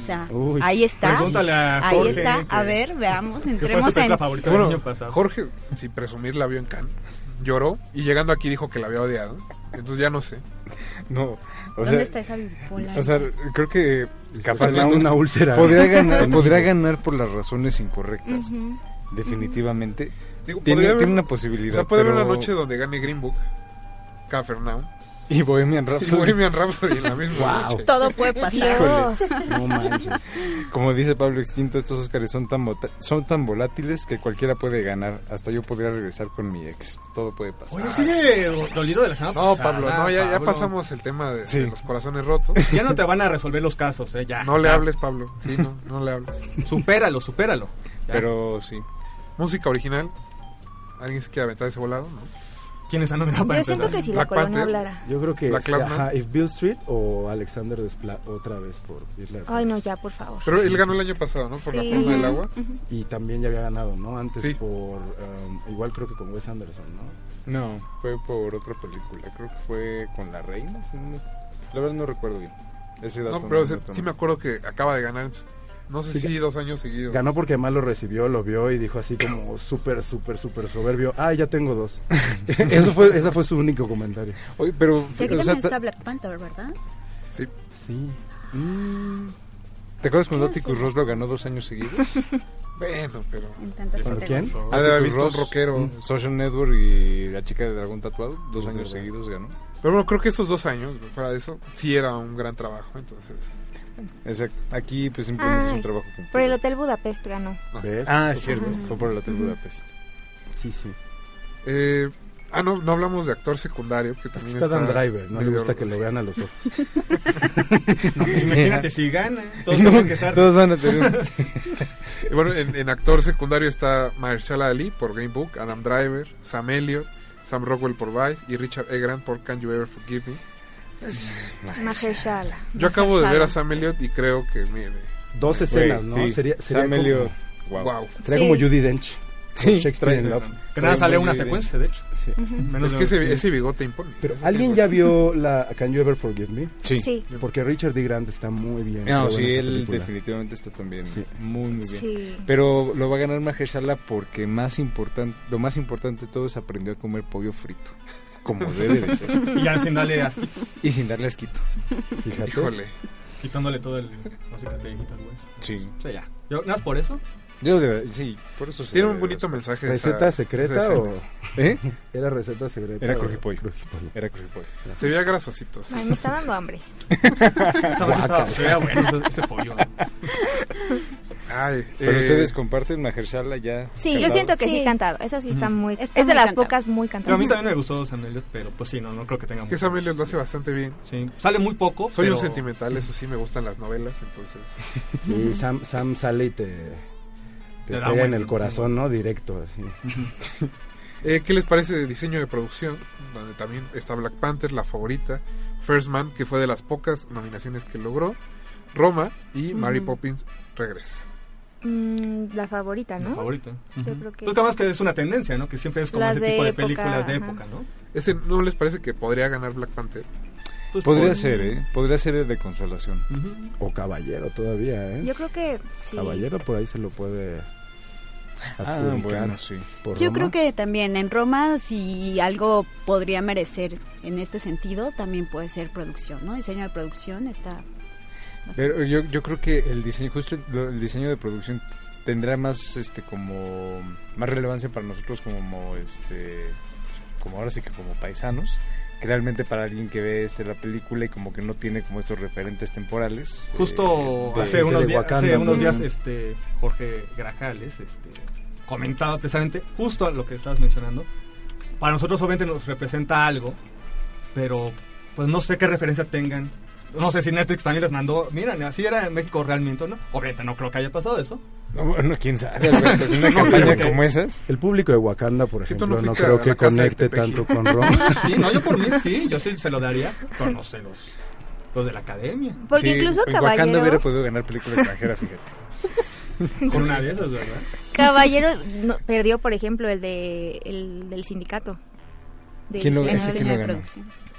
Speaker 6: O sea,
Speaker 8: Uy.
Speaker 6: ahí está.
Speaker 4: Pregúntale a
Speaker 6: ahí
Speaker 4: Jorge,
Speaker 6: está.
Speaker 4: que-
Speaker 6: A ver, veamos,
Speaker 4: ¿Qué fue su
Speaker 6: entremos en
Speaker 4: película favorita del año
Speaker 2: Bueno,
Speaker 4: pasado?
Speaker 2: Jorge, sin presumir, la vio en Cannes. Lloró y llegando aquí dijo que la había odiado. Entonces ya no sé.
Speaker 3: No. O
Speaker 6: dónde
Speaker 3: sea,
Speaker 6: está esa bipolar.
Speaker 3: o sea, creo que
Speaker 8: Capaz
Speaker 3: Capernaum
Speaker 8: una úlcera.
Speaker 3: podría ganar, podría ganar por las razones incorrectas.
Speaker 6: Ujú.
Speaker 3: Definitivamente.
Speaker 2: Digo,
Speaker 3: Tiene,
Speaker 2: podría haber-
Speaker 3: tiene una
Speaker 2: o
Speaker 3: posibilidad.
Speaker 2: sea, puede haber
Speaker 3: pero-
Speaker 2: una noche donde gane Green Book, Capernaum
Speaker 3: Y Bohemian
Speaker 2: y
Speaker 3: Rhapsody.
Speaker 2: Bohemian Rhapsody en la misma
Speaker 8: Wow.
Speaker 2: noche.
Speaker 6: Todo puede pasar.
Speaker 5: Dios.
Speaker 8: No manches.
Speaker 3: Como dice Pablo Extinto, estos Óscares son tan, vota- son tan volátiles que cualquiera puede ganar. Hasta yo podría regresar con mi ex. Todo puede pasar.
Speaker 4: Oye, sigue dolido de la semana
Speaker 2: No,
Speaker 4: pasada,
Speaker 2: Pablo, no, ya, ya
Speaker 4: Pablo.
Speaker 2: pasamos el tema de, de
Speaker 3: Sí.
Speaker 2: los corazones rotos.
Speaker 4: Ya no te van a resolver los casos, ¿eh? Ya.
Speaker 2: No le
Speaker 3: Ah.
Speaker 4: ya.
Speaker 2: hables, Pablo. Sí, no, no le hables.
Speaker 4: Supéralo, supéralo. Ya.
Speaker 3: Pero sí.
Speaker 2: Música original. ¿Alguien se quiere aventar ese volado? No.
Speaker 4: ¿Quién está nominado para
Speaker 5: Yo siento
Speaker 4: empezar?
Speaker 5: que si la
Speaker 2: Black
Speaker 5: colonia
Speaker 2: Panther.
Speaker 5: hablara.
Speaker 8: Yo creo que
Speaker 2: La
Speaker 8: este,
Speaker 2: Classman.
Speaker 8: ajá, If Bill Street o Alexander Desplat otra vez por Isla.
Speaker 5: Ay, no, ya, por favor.
Speaker 2: Pero él ganó el año pasado, ¿no? Por la
Speaker 5: Sí.
Speaker 2: forma del agua.
Speaker 8: Y también ya había ganado, ¿no? Antes
Speaker 2: Sí.
Speaker 8: por um, igual creo que con Wes Anderson, ¿no?
Speaker 3: No, fue por otra película. Creo que fue con la reina. si no me- La verdad no recuerdo bien. Ese dato
Speaker 2: No, pero
Speaker 3: no
Speaker 2: se-
Speaker 3: lo tomo.
Speaker 2: sí me acuerdo que acaba de ganar. entonces, no sé
Speaker 8: Sí,
Speaker 2: si dos años seguidos.
Speaker 8: Ganó porque además lo recibió, lo vio y dijo así como súper súper súper soberbio, "Ah, ya tengo dos." Eso fue esa fue su único comentario.
Speaker 3: Oye, pero
Speaker 6: Que aquí
Speaker 3: o sea,
Speaker 6: también
Speaker 3: ta-
Speaker 6: está Black Panther, ¿verdad?
Speaker 2: Sí.
Speaker 8: Sí.
Speaker 3: ¿te acuerdas cuando Atticus Ross lo ganó dos años seguidos?
Speaker 2: Bueno, pero.
Speaker 6: En tantas
Speaker 8: ¿Con
Speaker 6: categorías.
Speaker 8: quién?
Speaker 2: Ha de haber
Speaker 3: Atticus
Speaker 2: visto un
Speaker 3: Ross,
Speaker 2: rockero.
Speaker 3: mm, Social Network y la chica de dragón tatuado, dos
Speaker 8: Es
Speaker 3: años
Speaker 8: verdad.
Speaker 3: seguidos ganó.
Speaker 2: Pero bueno, creo que esos dos años, fuera de eso, sí era un gran trabajo. Entonces,
Speaker 3: Exacto. Aquí pues simplemente es un
Speaker 5: Ay,
Speaker 3: trabajo.
Speaker 5: Por el
Speaker 3: cumplido.
Speaker 5: Hotel Budapest ganó.
Speaker 8: ¿Ves?
Speaker 3: Ah, es cierto. Fue por el Hotel Budapest.
Speaker 8: Sí, sí.
Speaker 2: eh, ah, no, no hablamos de actor secundario. Que
Speaker 8: Es que
Speaker 2: también
Speaker 8: está Dan Driver, no le
Speaker 2: medio-
Speaker 8: gusta que lo vean a los ojos.
Speaker 4: Imagínate si gana. Todos
Speaker 3: No,
Speaker 4: tienen que estar.
Speaker 3: todos van a tener.
Speaker 2: Y bueno, en, en actor secundario está Mahershala Ali por Green Book, Adam Driver, Sam Elliott, Sam Rockwell por Vice y Richard E. Grant por Can You Ever Forgive Me.
Speaker 5: Mahershala.
Speaker 2: Yo acabo de ver a Sam Elliott y creo que, mire.
Speaker 8: Dos escenas, ¿no?
Speaker 3: sí.
Speaker 8: Sería, sería
Speaker 3: Sam
Speaker 8: como,
Speaker 3: Elliott,
Speaker 2: Wow.
Speaker 3: wow.
Speaker 8: sería
Speaker 5: Sí.
Speaker 8: como Judy Dench.
Speaker 3: Sí.
Speaker 8: Sí. Shakespeare in Love.
Speaker 4: Que nada sale una
Speaker 3: Muy bien.
Speaker 4: secuencia, de hecho.
Speaker 8: Sí.
Speaker 4: Menos
Speaker 2: Es que
Speaker 4: de-
Speaker 2: ese, ese bigote impone.
Speaker 8: Pero ¿alguien ya vio la Can You Ever Forgive Me?
Speaker 3: Sí.
Speaker 5: Sí.
Speaker 8: Porque Richard D. Grant está muy bien.
Speaker 3: No,
Speaker 8: creo,
Speaker 3: sí,
Speaker 8: en esa
Speaker 3: él
Speaker 8: película.
Speaker 3: definitivamente está también
Speaker 8: Sí.
Speaker 3: muy, muy bien.
Speaker 5: Sí.
Speaker 3: Pero lo va a ganar Mahershala porque más importante, lo más importante de todo es aprendió a comer pollo frito, como debe de ser,
Speaker 4: Y ya al final le das-
Speaker 3: y sin darle asquito.
Speaker 8: Fíjate.
Speaker 2: Híjole.
Speaker 4: quitándole todo el. No sé qué te quita el hueso.
Speaker 3: Sí.
Speaker 4: pues. O sea, ya. Yo, nada más por eso.
Speaker 3: Yo de- sí, por eso se
Speaker 2: Tiene
Speaker 3: le-
Speaker 2: un bonito mensaje. esa-
Speaker 8: ¿Receta
Speaker 2: esa
Speaker 8: secreta
Speaker 2: escena.
Speaker 8: o...?
Speaker 3: ¿Eh?
Speaker 8: ¿Era receta secreta?
Speaker 3: Era
Speaker 8: o-
Speaker 3: crujipollo.
Speaker 8: crujipollo.
Speaker 3: Era crujipollo.
Speaker 2: Se veía grasosito. sí.
Speaker 5: Ay, me está dando hambre.
Speaker 4: Esta vez estaba se veía bueno ese, ese pollo.
Speaker 2: Ay,
Speaker 3: Pero
Speaker 2: eh,
Speaker 3: ustedes comparten Mahershala ya.
Speaker 6: Sí,
Speaker 5: Yo siento que sí,
Speaker 6: Sí.
Speaker 5: cantado. Esa sí está muy.
Speaker 6: Está
Speaker 5: es de
Speaker 6: muy
Speaker 5: las
Speaker 6: cantado.
Speaker 5: pocas muy
Speaker 4: Pero a
Speaker 5: cantadas.
Speaker 4: mí también me gustó Sam Elliott, pero pues sí, no, no creo que tenga
Speaker 2: Que
Speaker 4: mucho.
Speaker 2: Sam Elliott lo hace bastante bien.
Speaker 4: Sí, sale muy poco.
Speaker 2: Soy
Speaker 4: pero-
Speaker 2: un sentimental, eso sí, me gustan las novelas, entonces.
Speaker 8: Sí, Sam, Sam sale y te,
Speaker 4: Te
Speaker 8: te,
Speaker 4: da
Speaker 8: pega en
Speaker 4: buen-
Speaker 8: el corazón, ¿no? Directo, así.
Speaker 2: Eh, ¿Qué les parece de diseño de producción? Donde también está Black Panther, la favorita. First Man, que fue de las pocas nominaciones que logró. Roma y Mary Poppins regresa.
Speaker 5: Mm, la favorita,
Speaker 4: Mi
Speaker 5: ¿no?
Speaker 4: favorita.
Speaker 5: Yo creo que.
Speaker 4: Tú además que es una tendencia, ¿no? Que siempre es como
Speaker 5: Las
Speaker 4: ese
Speaker 5: de
Speaker 4: tipo de
Speaker 5: época,
Speaker 4: películas de
Speaker 5: ajá.
Speaker 4: época, ¿no?
Speaker 2: ¿Ese no les parece que podría ganar Black Panther?
Speaker 4: Pues,
Speaker 3: Podría
Speaker 4: por-
Speaker 3: ser, ¿eh? Podría ser el de consolación.
Speaker 4: Ujú.
Speaker 8: O caballero todavía, ¿eh?
Speaker 5: Yo creo que. Sí.
Speaker 8: Caballero por ahí se lo puede
Speaker 3: Ah,
Speaker 8: adjudicar.
Speaker 3: bueno, sí.
Speaker 8: por
Speaker 6: Yo
Speaker 8: Roma.
Speaker 6: creo que también en Roma, si algo podría merecer en este sentido, también puede ser producción, ¿no? Diseño de producción está...
Speaker 3: Pero yo, yo creo que el diseño, justo el, el diseño de producción tendrá más este como más relevancia para nosotros como este como ahora sí que como paisanos que realmente para alguien que ve este la película y como que no tiene como estos referentes temporales eh,
Speaker 4: Justo
Speaker 3: de-
Speaker 4: hace, unos
Speaker 8: de
Speaker 4: días,
Speaker 8: Wakanda,
Speaker 4: hace
Speaker 8: ¿no?
Speaker 4: unos días este Jorge Grajales este, comentaba precisamente justo a lo que estabas mencionando. Para nosotros obviamente nos representa algo, pero pues no sé qué referencia tengan. No sé si Netflix también les mandó, miren, así era en México realmente, o ¿no? Obviamente no creo que haya pasado eso.
Speaker 3: no, bueno, quién sabe Alberto, en una campaña
Speaker 4: que-
Speaker 3: como esas
Speaker 8: El público de Wakanda, por
Speaker 2: Sí, tú no
Speaker 8: ejemplo, no,
Speaker 2: fuiste a
Speaker 8: creo
Speaker 2: la
Speaker 8: que
Speaker 2: casa de
Speaker 8: conecte
Speaker 2: Tepeji.
Speaker 8: tanto con Roma.
Speaker 4: Sí, no, yo por mí sí, yo sí se lo daría, pero no sé, los, los de la academia.
Speaker 5: Porque
Speaker 3: Sí,
Speaker 5: incluso
Speaker 3: en Wakanda hubiera
Speaker 5: Caballero.
Speaker 3: podido ganar película extranjera fíjate
Speaker 4: Con una de esas, ¿verdad?
Speaker 5: Caballero no- perdió, por ejemplo, el, de, el del sindicato. De
Speaker 3: ¿Quién lo-
Speaker 5: diseño
Speaker 3: ese
Speaker 5: de-
Speaker 3: quién lo ganó?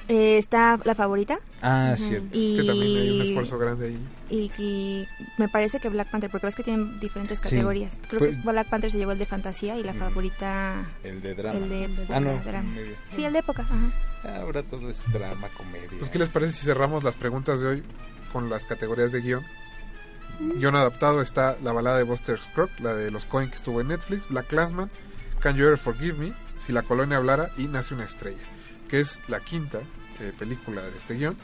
Speaker 5: Eh, está la favorita.
Speaker 3: ah cierto
Speaker 5: Y,
Speaker 2: Es que también hay un esfuerzo grande ahí.
Speaker 5: y, y me parece que Black Panther, porque ves que tienen diferentes
Speaker 3: Sí.
Speaker 5: categorías. Creo que
Speaker 3: Pues- Mm.
Speaker 5: Black Panther se llevó el de fantasía y la favorita
Speaker 3: el de drama
Speaker 5: el de
Speaker 3: ah no
Speaker 5: drama.
Speaker 3: medio.
Speaker 5: Sí, el de época. Ajá.
Speaker 3: ahora todo es drama comedia
Speaker 2: Pues, ¿Qué les parece si cerramos las preguntas de hoy con las categorías de guión? Guión adaptado está la balada de Buster Scruggs, la de los Coen que estuvo en Netflix, Black Clansman, Can You Ever Forgive Me, Si la colonia hablara y Nace una estrella, que es la quinta eh, película de este guión.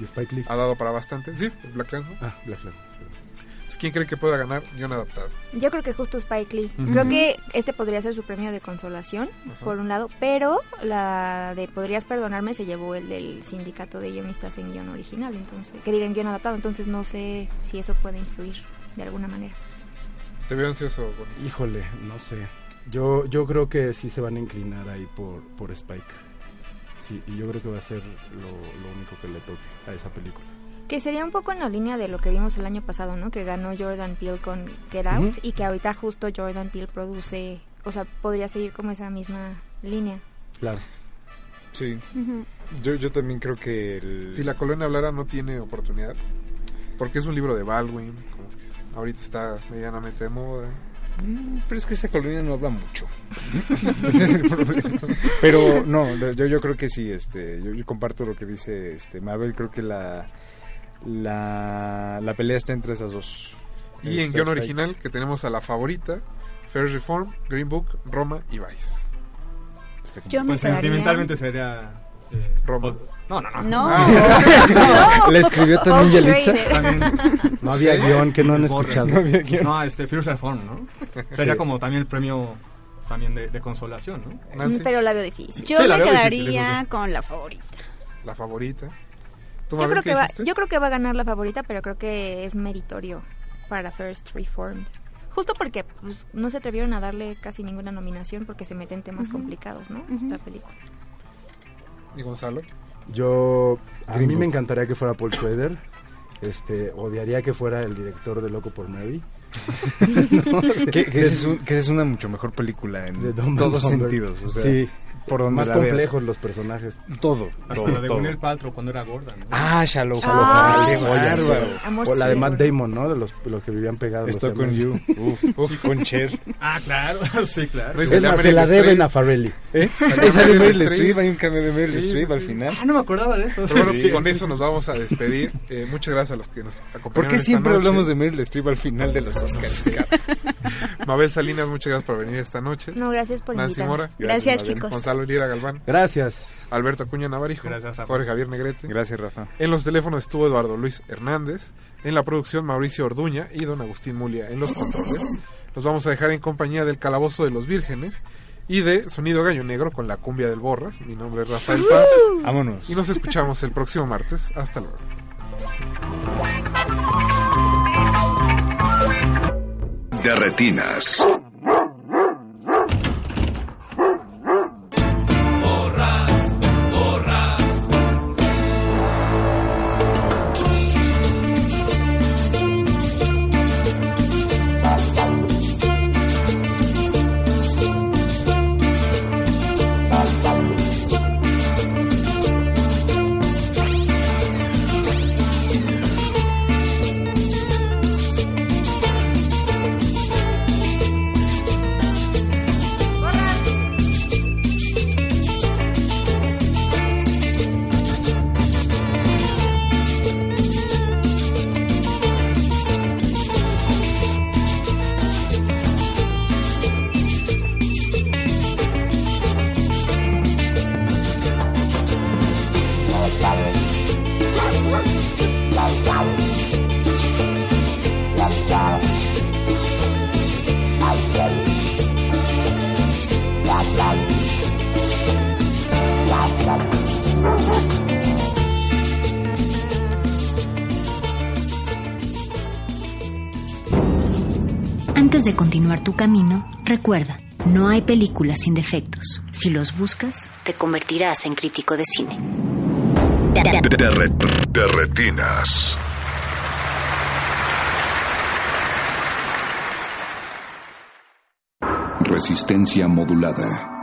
Speaker 8: y Spike Lee.
Speaker 2: Ha dado para bastante. Sí, es Black Clansman.
Speaker 8: Ah, Black Lee.
Speaker 2: Pues, ¿Quién cree que pueda ganar guión adaptado?
Speaker 5: Yo creo que justo Spike Lee. Creo que este podría ser su premio de consolación, por un lado, pero la de Podrías Perdonarme se llevó el del sindicato de guionistas en guión original, entonces, que digan guión adaptado, entonces no sé si eso puede influir de alguna manera.
Speaker 2: Te veo ansioso. Bonnie.
Speaker 8: Híjole, no sé. Yo, yo creo que sí se van a inclinar ahí por, por Spike. Sí, y yo creo que va a ser lo, lo único que le toque a esa película.
Speaker 5: Que sería un poco en la línea de lo que vimos el año pasado, ¿no? Que ganó Jordan Peele con Get Out y que ahorita justo Jordan Peele produce, o sea, podría seguir como esa misma línea.
Speaker 8: Claro.
Speaker 3: sí yo, yo también creo que el
Speaker 2: Si la colonia hablara no tiene oportunidad, porque es un libro de Baldwin, como que ahorita está medianamente de moda.
Speaker 3: Mm, Pero es que esa colonia no habla mucho. Ese es el problema. Pero no, lo- yo, yo creo que sí, este, yo, yo comparto lo que dice este Mabel, creo que la, la, la pelea está entre esas dos.
Speaker 2: Y en
Speaker 3: Está
Speaker 2: guión
Speaker 3: Spike.
Speaker 2: original que tenemos a la favorita, Fair Reform, Green Book, Roma y Vice.
Speaker 3: Está como-
Speaker 6: Yo me
Speaker 4: Pues
Speaker 6: quedaría-
Speaker 4: sentimentalmente sería... eh,
Speaker 2: Roma.
Speaker 4: o- No, no, no.
Speaker 6: No,
Speaker 2: ah,
Speaker 5: Ah.
Speaker 3: La escribió también
Speaker 5: Paul
Speaker 3: Yalitza.
Speaker 5: Schrader.
Speaker 4: También-
Speaker 8: No había guión que no han
Speaker 4: Borres,
Speaker 8: escuchado.
Speaker 3: No había guión.
Speaker 4: No, este, Fierce Reform, ¿no? Sería como también el premio también de, de consolación, ¿no?
Speaker 2: Nancy,
Speaker 5: Pero la veo difícil.
Speaker 6: yo
Speaker 4: Sí, la
Speaker 6: me
Speaker 4: veo
Speaker 6: quedaría
Speaker 4: difícil, eso
Speaker 6: con la favorita.
Speaker 2: la favorita. ¿Tú,
Speaker 5: Yo
Speaker 2: Mabel,
Speaker 5: creo,
Speaker 2: qué
Speaker 5: que va,
Speaker 2: dijiste?
Speaker 5: yo creo que va a ganar la favorita, pero creo que es meritorio para First Reformed. Justo porque pues, no se atrevieron a darle casi ninguna nominación porque se meten temas complicados, ¿no? La película.
Speaker 2: ¿Y Gonzalo?
Speaker 8: Yo, a mí me encantaría que fuera Paul Schrader. Este, odiaría que fuera el director de Loco por Mary. No, de-
Speaker 3: que, que esa es
Speaker 8: de-
Speaker 3: un- que esa es una mucho mejor película en
Speaker 8: de Dumb and
Speaker 3: todos
Speaker 8: Dumber.
Speaker 3: sentidos. O sea,
Speaker 8: sí,
Speaker 3: por donde
Speaker 8: más
Speaker 3: la veas.
Speaker 8: complejos los personajes.
Speaker 3: Todo,
Speaker 4: Hasta la
Speaker 3: todo,
Speaker 4: de
Speaker 3: todo.
Speaker 4: Gwyneth Paltrow cuando era gorda, ¿no?
Speaker 3: Ah, Shallow, Shallow.
Speaker 5: Ah,
Speaker 3: Qué
Speaker 5: sí.
Speaker 3: bárbaro.
Speaker 5: Amor
Speaker 8: o la de
Speaker 5: ciego.
Speaker 8: Matt Damon, ¿no? De los, los que vivían pegados. los
Speaker 3: Estoy con
Speaker 8: hermanos.
Speaker 3: you. Uf, uf, con Cher.
Speaker 4: Ah, claro, sí, claro.
Speaker 8: Es más, se la deben a Farrelly.
Speaker 3: ¿Eh? Esa de Meryl Streep, hay un cambio de Meryl Streep al final.
Speaker 4: Ah, no me acordaba de eso.
Speaker 2: Pero bueno,
Speaker 3: Sí,
Speaker 2: con
Speaker 3: sí,
Speaker 2: eso nos vamos a despedir. Eh, muchas gracias a los que nos acompañaron.
Speaker 3: ¿Por qué
Speaker 2: esta
Speaker 3: siempre
Speaker 2: noche?
Speaker 3: hablamos de Meryl Streep al final de los Oscars?
Speaker 2: Mabel Salinas, muchas gracias por venir esta noche.
Speaker 5: No, gracias por
Speaker 2: Nancy
Speaker 5: invitarme.
Speaker 2: Mora,
Speaker 6: Gracias,
Speaker 3: Mabel.
Speaker 6: chicos.
Speaker 2: Gonzalo Lira Galván,
Speaker 8: Gracias.
Speaker 2: Alberto Acuña Navarijo,
Speaker 4: Gracias, Rafa.
Speaker 2: Jorge Javier Negrete.
Speaker 3: Gracias, Rafa.
Speaker 2: En los teléfonos estuvo Eduardo Luis Hernández, en la producción Mauricio Orduña y don Agustín Mulia en los controles. Nos vamos a dejar en compañía del Calabozo de los Vírgenes y de Sonido Gallo Negro con la cumbia del Borras. Mi nombre es Rafael Paz
Speaker 3: Vámonos.
Speaker 2: y nos escuchamos el próximo martes. Hasta luego.
Speaker 1: De retinas.
Speaker 11: Antes de continuar tu camino, recuerda, no hay películas sin defectos. Si los buscas, te convertirás en crítico de cine.
Speaker 1: De, de re- de retinas. Resistencia modulada.